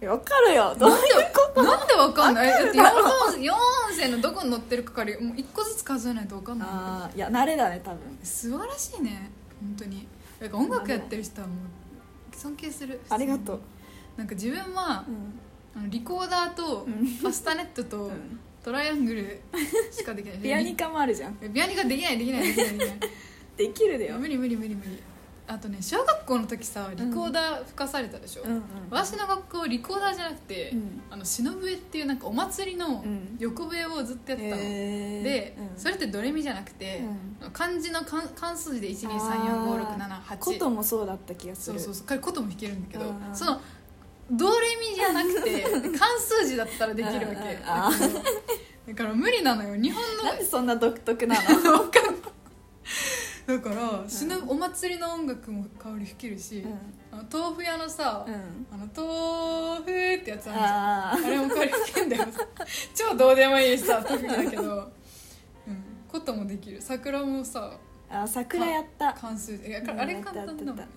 [SPEAKER 1] えわかるよどういうこと
[SPEAKER 2] なんでわかんないだって
[SPEAKER 1] わ
[SPEAKER 2] 4
[SPEAKER 1] かん
[SPEAKER 2] 音四音線のどこに載ってるかからもう一個ずつ数えないとわかんないん だ
[SPEAKER 1] ああいや慣れだね多分
[SPEAKER 2] けど素晴らしいね本当になんか音楽やってる人はもう尊敬する
[SPEAKER 1] ありがとう
[SPEAKER 2] なんか自分は
[SPEAKER 1] うん
[SPEAKER 2] あのリコーダーと
[SPEAKER 1] うん
[SPEAKER 2] カスタネットと
[SPEAKER 1] うん
[SPEAKER 2] トライアングルしかで きない
[SPEAKER 1] ピアニカもあるじゃん
[SPEAKER 2] えピアニカできないできないできないでき ない
[SPEAKER 1] できる
[SPEAKER 2] い
[SPEAKER 1] だ
[SPEAKER 2] や
[SPEAKER 1] よ
[SPEAKER 2] 無理無理無理無理あとね小学校の時さリコーダー吹かされたでしょ、
[SPEAKER 1] うんうん
[SPEAKER 2] 私の学校リコーダーじゃなくて、
[SPEAKER 1] うん
[SPEAKER 2] あの忍笛っていうなんかお祭りの
[SPEAKER 1] うん
[SPEAKER 2] 横笛をずっとやってたの、
[SPEAKER 1] へー
[SPEAKER 2] で、
[SPEAKER 1] うん
[SPEAKER 2] それってドレミじゃなくて、漢字の漢漢数字で
[SPEAKER 1] あーこと
[SPEAKER 2] 123456788
[SPEAKER 1] もそうだった気がす
[SPEAKER 2] そ
[SPEAKER 1] る
[SPEAKER 2] うそうそう彼ことも弾けるんだけど、
[SPEAKER 1] うんうん
[SPEAKER 2] そのドレミじゃな くて漢数字だったらできるわけ、
[SPEAKER 1] うんうん
[SPEAKER 2] だ
[SPEAKER 1] あ
[SPEAKER 2] けどだから無理なのよ日本の
[SPEAKER 1] なんでそんな独特 なの
[SPEAKER 2] わかんないだから死ぬお祭りの音楽も香り吹けるし、
[SPEAKER 1] う
[SPEAKER 2] あの豆腐屋のさ、
[SPEAKER 1] ん、うん、
[SPEAKER 2] あの豆腐ってやつあ
[SPEAKER 1] あ
[SPEAKER 2] るじゃんあれも香り吹けんだよ超どうでもいいしさ特技だけど、うん、こともできる桜もさ
[SPEAKER 1] ーあー桜やった
[SPEAKER 2] 関数え
[SPEAKER 1] うん
[SPEAKER 2] あれ簡単だもん
[SPEAKER 1] やったや
[SPEAKER 2] ね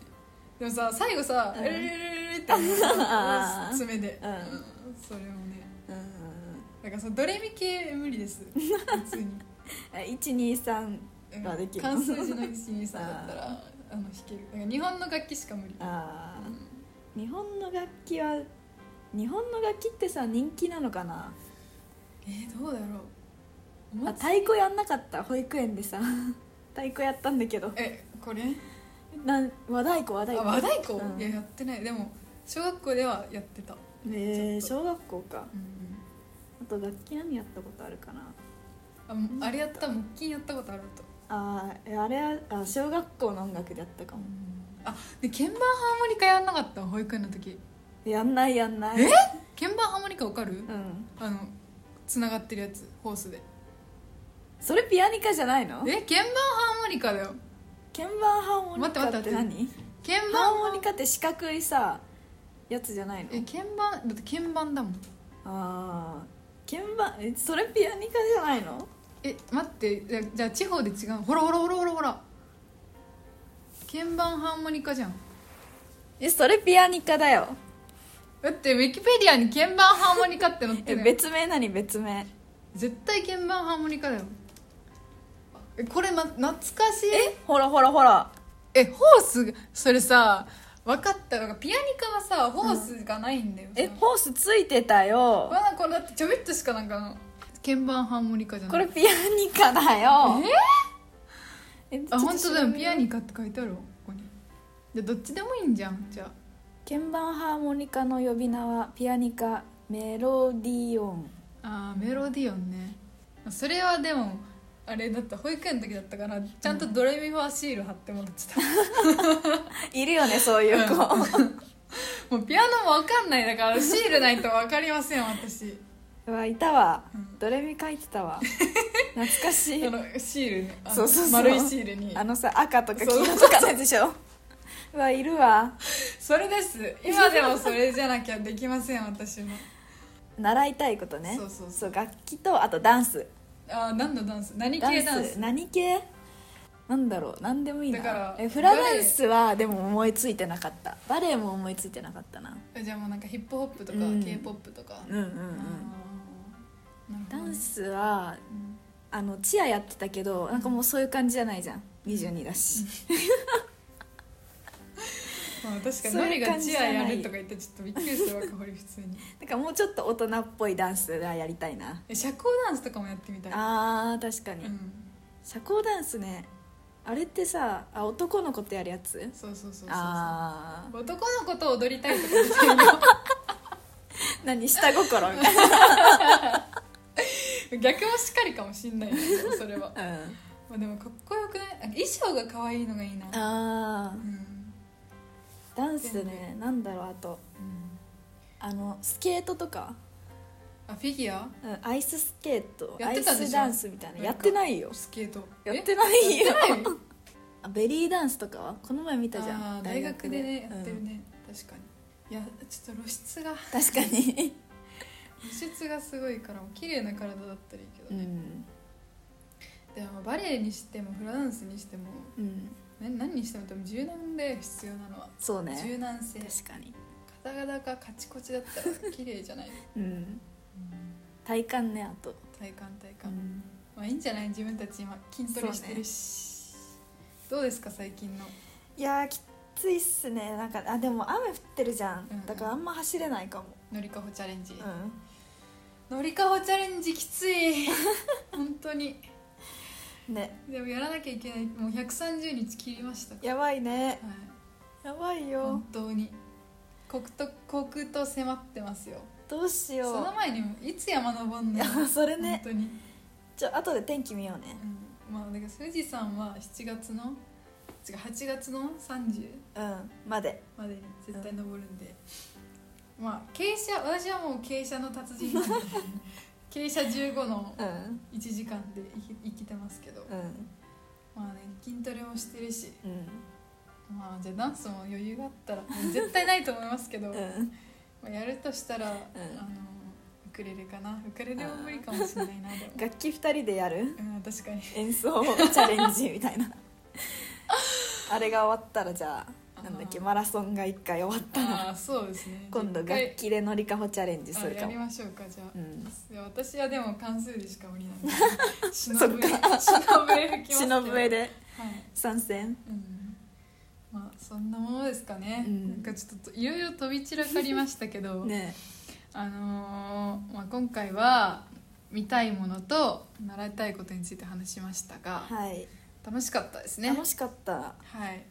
[SPEAKER 1] っ
[SPEAKER 2] でもさ最後さ「
[SPEAKER 1] うん
[SPEAKER 2] ルルルルルルってあの
[SPEAKER 1] あー
[SPEAKER 2] 爪で、
[SPEAKER 1] うん
[SPEAKER 2] それもね
[SPEAKER 1] うんうん
[SPEAKER 2] だからそのドレミ系無 理です普通に、
[SPEAKER 1] 123
[SPEAKER 2] うん
[SPEAKER 1] ができる
[SPEAKER 2] 関数字の123だった らあの弾けるだから日本の楽器しか無理
[SPEAKER 1] あー日本の楽器は日本の楽器ってさ人気なのかな
[SPEAKER 2] えー、どうだろうお
[SPEAKER 1] あ
[SPEAKER 2] 祭
[SPEAKER 1] 太鼓やんなかった保育園でさ 太鼓やったんだけど
[SPEAKER 2] えこれ
[SPEAKER 1] なん和太鼓和太
[SPEAKER 2] あ
[SPEAKER 1] 鼓
[SPEAKER 2] 和太鼓、
[SPEAKER 1] うん
[SPEAKER 2] いややってないでも小学校ではやってた、
[SPEAKER 1] えー
[SPEAKER 2] ちょ
[SPEAKER 1] 小学校か
[SPEAKER 2] うん
[SPEAKER 1] あと楽器何やったことあるかな
[SPEAKER 2] うん、ああれやった木琴やったことあると、
[SPEAKER 1] あーあれはあ小学校の音楽でやったかも
[SPEAKER 2] あで鍵盤ハーモニカやんなかった保育園の時
[SPEAKER 1] やんないやんない
[SPEAKER 2] え鍵盤ハーモニカわかる、
[SPEAKER 1] うん
[SPEAKER 2] あのつながってるやつホースで
[SPEAKER 1] それピアニカじゃないの
[SPEAKER 2] え鍵盤ハーモニカだよ
[SPEAKER 1] 鍵盤ハーモニカ
[SPEAKER 2] 待
[SPEAKER 1] っ
[SPEAKER 2] って
[SPEAKER 1] て
[SPEAKER 2] 待って
[SPEAKER 1] 何
[SPEAKER 2] 鍵盤
[SPEAKER 1] ハーモニカって四角いさやつじゃないの
[SPEAKER 2] え鍵盤だって鍵盤だもん
[SPEAKER 1] ああ鍵盤えそれピアニカじゃないの
[SPEAKER 2] え待ってじゃじゃあ地方で違うほらほらほらほらほら鍵盤ハーモニカじゃん
[SPEAKER 1] えそれピアニカだよ
[SPEAKER 2] だってウィキペディアに鍵盤ハーモニカって載っ
[SPEAKER 1] え
[SPEAKER 2] てるよ
[SPEAKER 1] 別名何別名
[SPEAKER 2] 絶対鍵盤ハーモニカだよえこれ、ま、懐かしい
[SPEAKER 1] えほらほらほら
[SPEAKER 2] えホースそれさ分かったのがピアニカはさホースがないんだよ、
[SPEAKER 1] えホースついてたよ
[SPEAKER 2] まだこれだってちょびっとしかなんかの鍵盤ハーモニカじゃ
[SPEAKER 1] こ
[SPEAKER 2] ない
[SPEAKER 1] れピアニカだよえ
[SPEAKER 2] あ本当だよピア
[SPEAKER 1] ニ
[SPEAKER 2] ニカって書いてあるわここにでどっちでもいいんじゃんじゃあ
[SPEAKER 1] 鍵盤ハーモニカの呼び名はピアニカメロディオン
[SPEAKER 2] あーメロディオンねそれはでもあれだった保育園の時だったからちゃんとドレミファーシール貼ってもらってた、
[SPEAKER 1] いるよねそういう子、
[SPEAKER 2] もうピアノも分かんないだからシールないと分かりません私
[SPEAKER 1] うわいたわ、
[SPEAKER 2] うん
[SPEAKER 1] ドレミ書いてた わ懐かしい
[SPEAKER 2] あのシールねあの
[SPEAKER 1] そうそうそう
[SPEAKER 2] 丸いシールに
[SPEAKER 1] あのさ赤とか
[SPEAKER 2] そう
[SPEAKER 1] 黄色とかのやつでしょうわいるわ
[SPEAKER 2] それです今でもそれじゃなきゃできません私も
[SPEAKER 1] 習いたいことね
[SPEAKER 2] そうそうそう
[SPEAKER 1] 楽器とあとダンス
[SPEAKER 2] あー何のダンス何
[SPEAKER 1] ダン
[SPEAKER 2] 系
[SPEAKER 1] ス
[SPEAKER 2] ダンス
[SPEAKER 1] 何系なんだろう何でもいいな
[SPEAKER 2] だから
[SPEAKER 1] えフラダンスはでも思いついてなかったバレエも思いついてなかったな
[SPEAKER 2] じゃあもうなんかヒップホップとか、
[SPEAKER 1] うん
[SPEAKER 2] k p o p とか、
[SPEAKER 1] うんうんう
[SPEAKER 2] あ
[SPEAKER 1] ん
[SPEAKER 2] ーなるほどね
[SPEAKER 1] ダンスは
[SPEAKER 2] うん
[SPEAKER 1] あのチアやってたけどなんかもうそういう感じじゃないじゃん22だし、
[SPEAKER 2] まあ、確かに
[SPEAKER 1] そう
[SPEAKER 2] ノリ
[SPEAKER 1] いう
[SPEAKER 2] が
[SPEAKER 1] 感じ
[SPEAKER 2] チ
[SPEAKER 1] じゃ
[SPEAKER 2] ア
[SPEAKER 1] ない
[SPEAKER 2] やるとか言ってちょっとびっくりするわかほり普 通に
[SPEAKER 1] なんかもうちょっと大人っぽいダンスがやりたいな
[SPEAKER 2] え社交ダンスとかもやってみたい
[SPEAKER 1] あー確かに、
[SPEAKER 2] うん、
[SPEAKER 1] 社交ダンスねあれってさあ男の子とやるやつ
[SPEAKER 2] そうそうそうそうそう
[SPEAKER 1] ああ
[SPEAKER 2] 男の子と踊りたいとか言ってるよ
[SPEAKER 1] 何下心みたい
[SPEAKER 2] 逆もしっかりかもしんないよ それは、
[SPEAKER 1] な、うん、
[SPEAKER 2] まあ、でもかっこよくないあ衣装が可愛いのがいいな
[SPEAKER 1] あ
[SPEAKER 2] う
[SPEAKER 1] ー
[SPEAKER 2] ん
[SPEAKER 1] ダンスねなんだろうあと
[SPEAKER 2] うん
[SPEAKER 1] あのスケートとか、
[SPEAKER 2] あフィギュア
[SPEAKER 1] うん、アイススケート
[SPEAKER 2] や
[SPEAKER 1] ア
[SPEAKER 2] って
[SPEAKER 1] イ
[SPEAKER 2] たでしょ
[SPEAKER 1] スダンスみたいな
[SPEAKER 2] な
[SPEAKER 1] や
[SPEAKER 2] ん
[SPEAKER 1] っ
[SPEAKER 2] か
[SPEAKER 1] てないよ
[SPEAKER 2] スケート
[SPEAKER 1] やってないよ
[SPEAKER 2] やってない
[SPEAKER 1] あベリーダンスとかはこの前見たじゃ
[SPEAKER 2] あー
[SPEAKER 1] ん
[SPEAKER 2] 大学でねやってる
[SPEAKER 1] うん
[SPEAKER 2] ね、確かにいやちょっと露出が
[SPEAKER 1] 確か に、
[SPEAKER 2] 露出がすごいからもう綺麗な体だったらいいけど
[SPEAKER 1] う
[SPEAKER 2] ね、
[SPEAKER 1] ん
[SPEAKER 2] でもバレエにしてもフラダンスにしても
[SPEAKER 1] うん、
[SPEAKER 2] な何にしても多分柔軟で必要なのは、
[SPEAKER 1] そうね
[SPEAKER 2] 柔軟性
[SPEAKER 1] 確かに、
[SPEAKER 2] 肩がカチコチだったら綺麗じゃない
[SPEAKER 1] うん、体幹ねあと、
[SPEAKER 2] 体幹体幹、
[SPEAKER 1] うん
[SPEAKER 2] まあいいんじゃない自分たち今筋トレしてるし、どうですか最近の
[SPEAKER 1] いやーきついっすねなんかあでも雨降ってるじゃん、
[SPEAKER 2] うん
[SPEAKER 1] だからあんま走れないかも、
[SPEAKER 2] のりかほチャレンジ、
[SPEAKER 1] うん、
[SPEAKER 2] のりかほチャレンジきつい本当に
[SPEAKER 1] ね
[SPEAKER 2] でもやらなきゃいけないもう130日切りましたか
[SPEAKER 1] やばいね
[SPEAKER 2] ら、はい、
[SPEAKER 1] やばいよ
[SPEAKER 2] 本当に刻と刻と迫ってますよ
[SPEAKER 1] どうしよ
[SPEAKER 2] そうの前にもいつ山登ん
[SPEAKER 1] い
[SPEAKER 2] の
[SPEAKER 1] や それ
[SPEAKER 2] 本
[SPEAKER 1] ね
[SPEAKER 2] 当に、
[SPEAKER 1] ちょ後で天気見ようね
[SPEAKER 2] うん、まあだから富士山は7月の違う8月の30
[SPEAKER 1] うんまで
[SPEAKER 2] までに絶対登るんで、まあ傾斜私はもう傾斜の達 人なんで傾斜15の
[SPEAKER 1] うん
[SPEAKER 2] 1時間で生き生きてますけど、
[SPEAKER 1] うん
[SPEAKER 2] まあね筋トレもしてるし
[SPEAKER 1] うん
[SPEAKER 2] まあじゃあダンスも余裕があったら絶対ないと思いますけど、
[SPEAKER 1] うん
[SPEAKER 2] まあ、やるとしたら、あのウクレレかなウクレレも無理かもしれないなでも
[SPEAKER 1] 楽器2人でやる
[SPEAKER 2] うん確かに
[SPEAKER 1] 演奏チャレンジみたいなあれが終わったらじゃあなんだっけマラソンが1回終わった
[SPEAKER 2] あ
[SPEAKER 1] ら
[SPEAKER 2] あそうですね
[SPEAKER 1] 今度
[SPEAKER 2] 一回
[SPEAKER 1] 楽器で乗りかほチャレンジする
[SPEAKER 2] あや
[SPEAKER 1] か
[SPEAKER 2] り
[SPEAKER 1] も、
[SPEAKER 2] ましょうかじゃあ
[SPEAKER 1] うん、
[SPEAKER 2] いや私はでも関数でしか無理なん で忍
[SPEAKER 1] そっ
[SPEAKER 2] ぶえ忍ぶえ吹きますけど
[SPEAKER 1] 忍ぶえで
[SPEAKER 2] はい
[SPEAKER 1] 参戦
[SPEAKER 2] うんまあそんなものですかね、
[SPEAKER 1] うん
[SPEAKER 2] なんかちょっといろいろ飛び散らかりましたけど、
[SPEAKER 1] ね
[SPEAKER 2] あのーまあ、今回は見たいものと習いたいことについて話しましたが、
[SPEAKER 1] はい
[SPEAKER 2] 楽しかったですね
[SPEAKER 1] 楽しかった
[SPEAKER 2] はい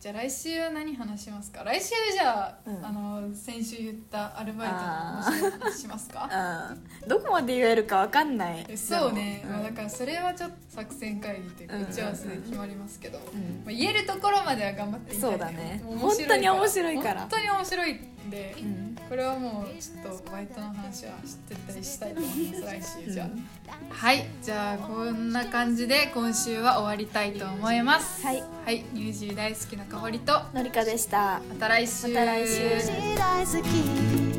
[SPEAKER 2] じゃあ来週は何話しますか来週じゃあ、
[SPEAKER 1] うん
[SPEAKER 2] あのー先週言ったアルバイトの話話しますか
[SPEAKER 1] うんどこまで言えるかわかんない
[SPEAKER 2] えそうね、
[SPEAKER 1] でも
[SPEAKER 2] まあ、
[SPEAKER 1] う
[SPEAKER 2] だ
[SPEAKER 1] ん
[SPEAKER 2] からそれはちょっと作戦会議というか
[SPEAKER 1] うん
[SPEAKER 2] 打ち合わせで決まりますけど、ま
[SPEAKER 1] うん
[SPEAKER 2] あ、言えるところまでは頑張っていきたい
[SPEAKER 1] そうだね
[SPEAKER 2] 面白いから
[SPEAKER 1] 本当に面白いから
[SPEAKER 2] 本当に面白いんで、
[SPEAKER 1] うん
[SPEAKER 2] これはもうちょっとバイトの話は絶対したいと思います来週じゃあ、
[SPEAKER 1] うん
[SPEAKER 2] はいじゃあこんな感じで今週は終わりたいと思います
[SPEAKER 1] はい
[SPEAKER 2] はいニュージー大好きなかほりとま
[SPEAKER 1] のりかでした
[SPEAKER 2] た来週
[SPEAKER 1] また来週
[SPEAKER 3] 大好き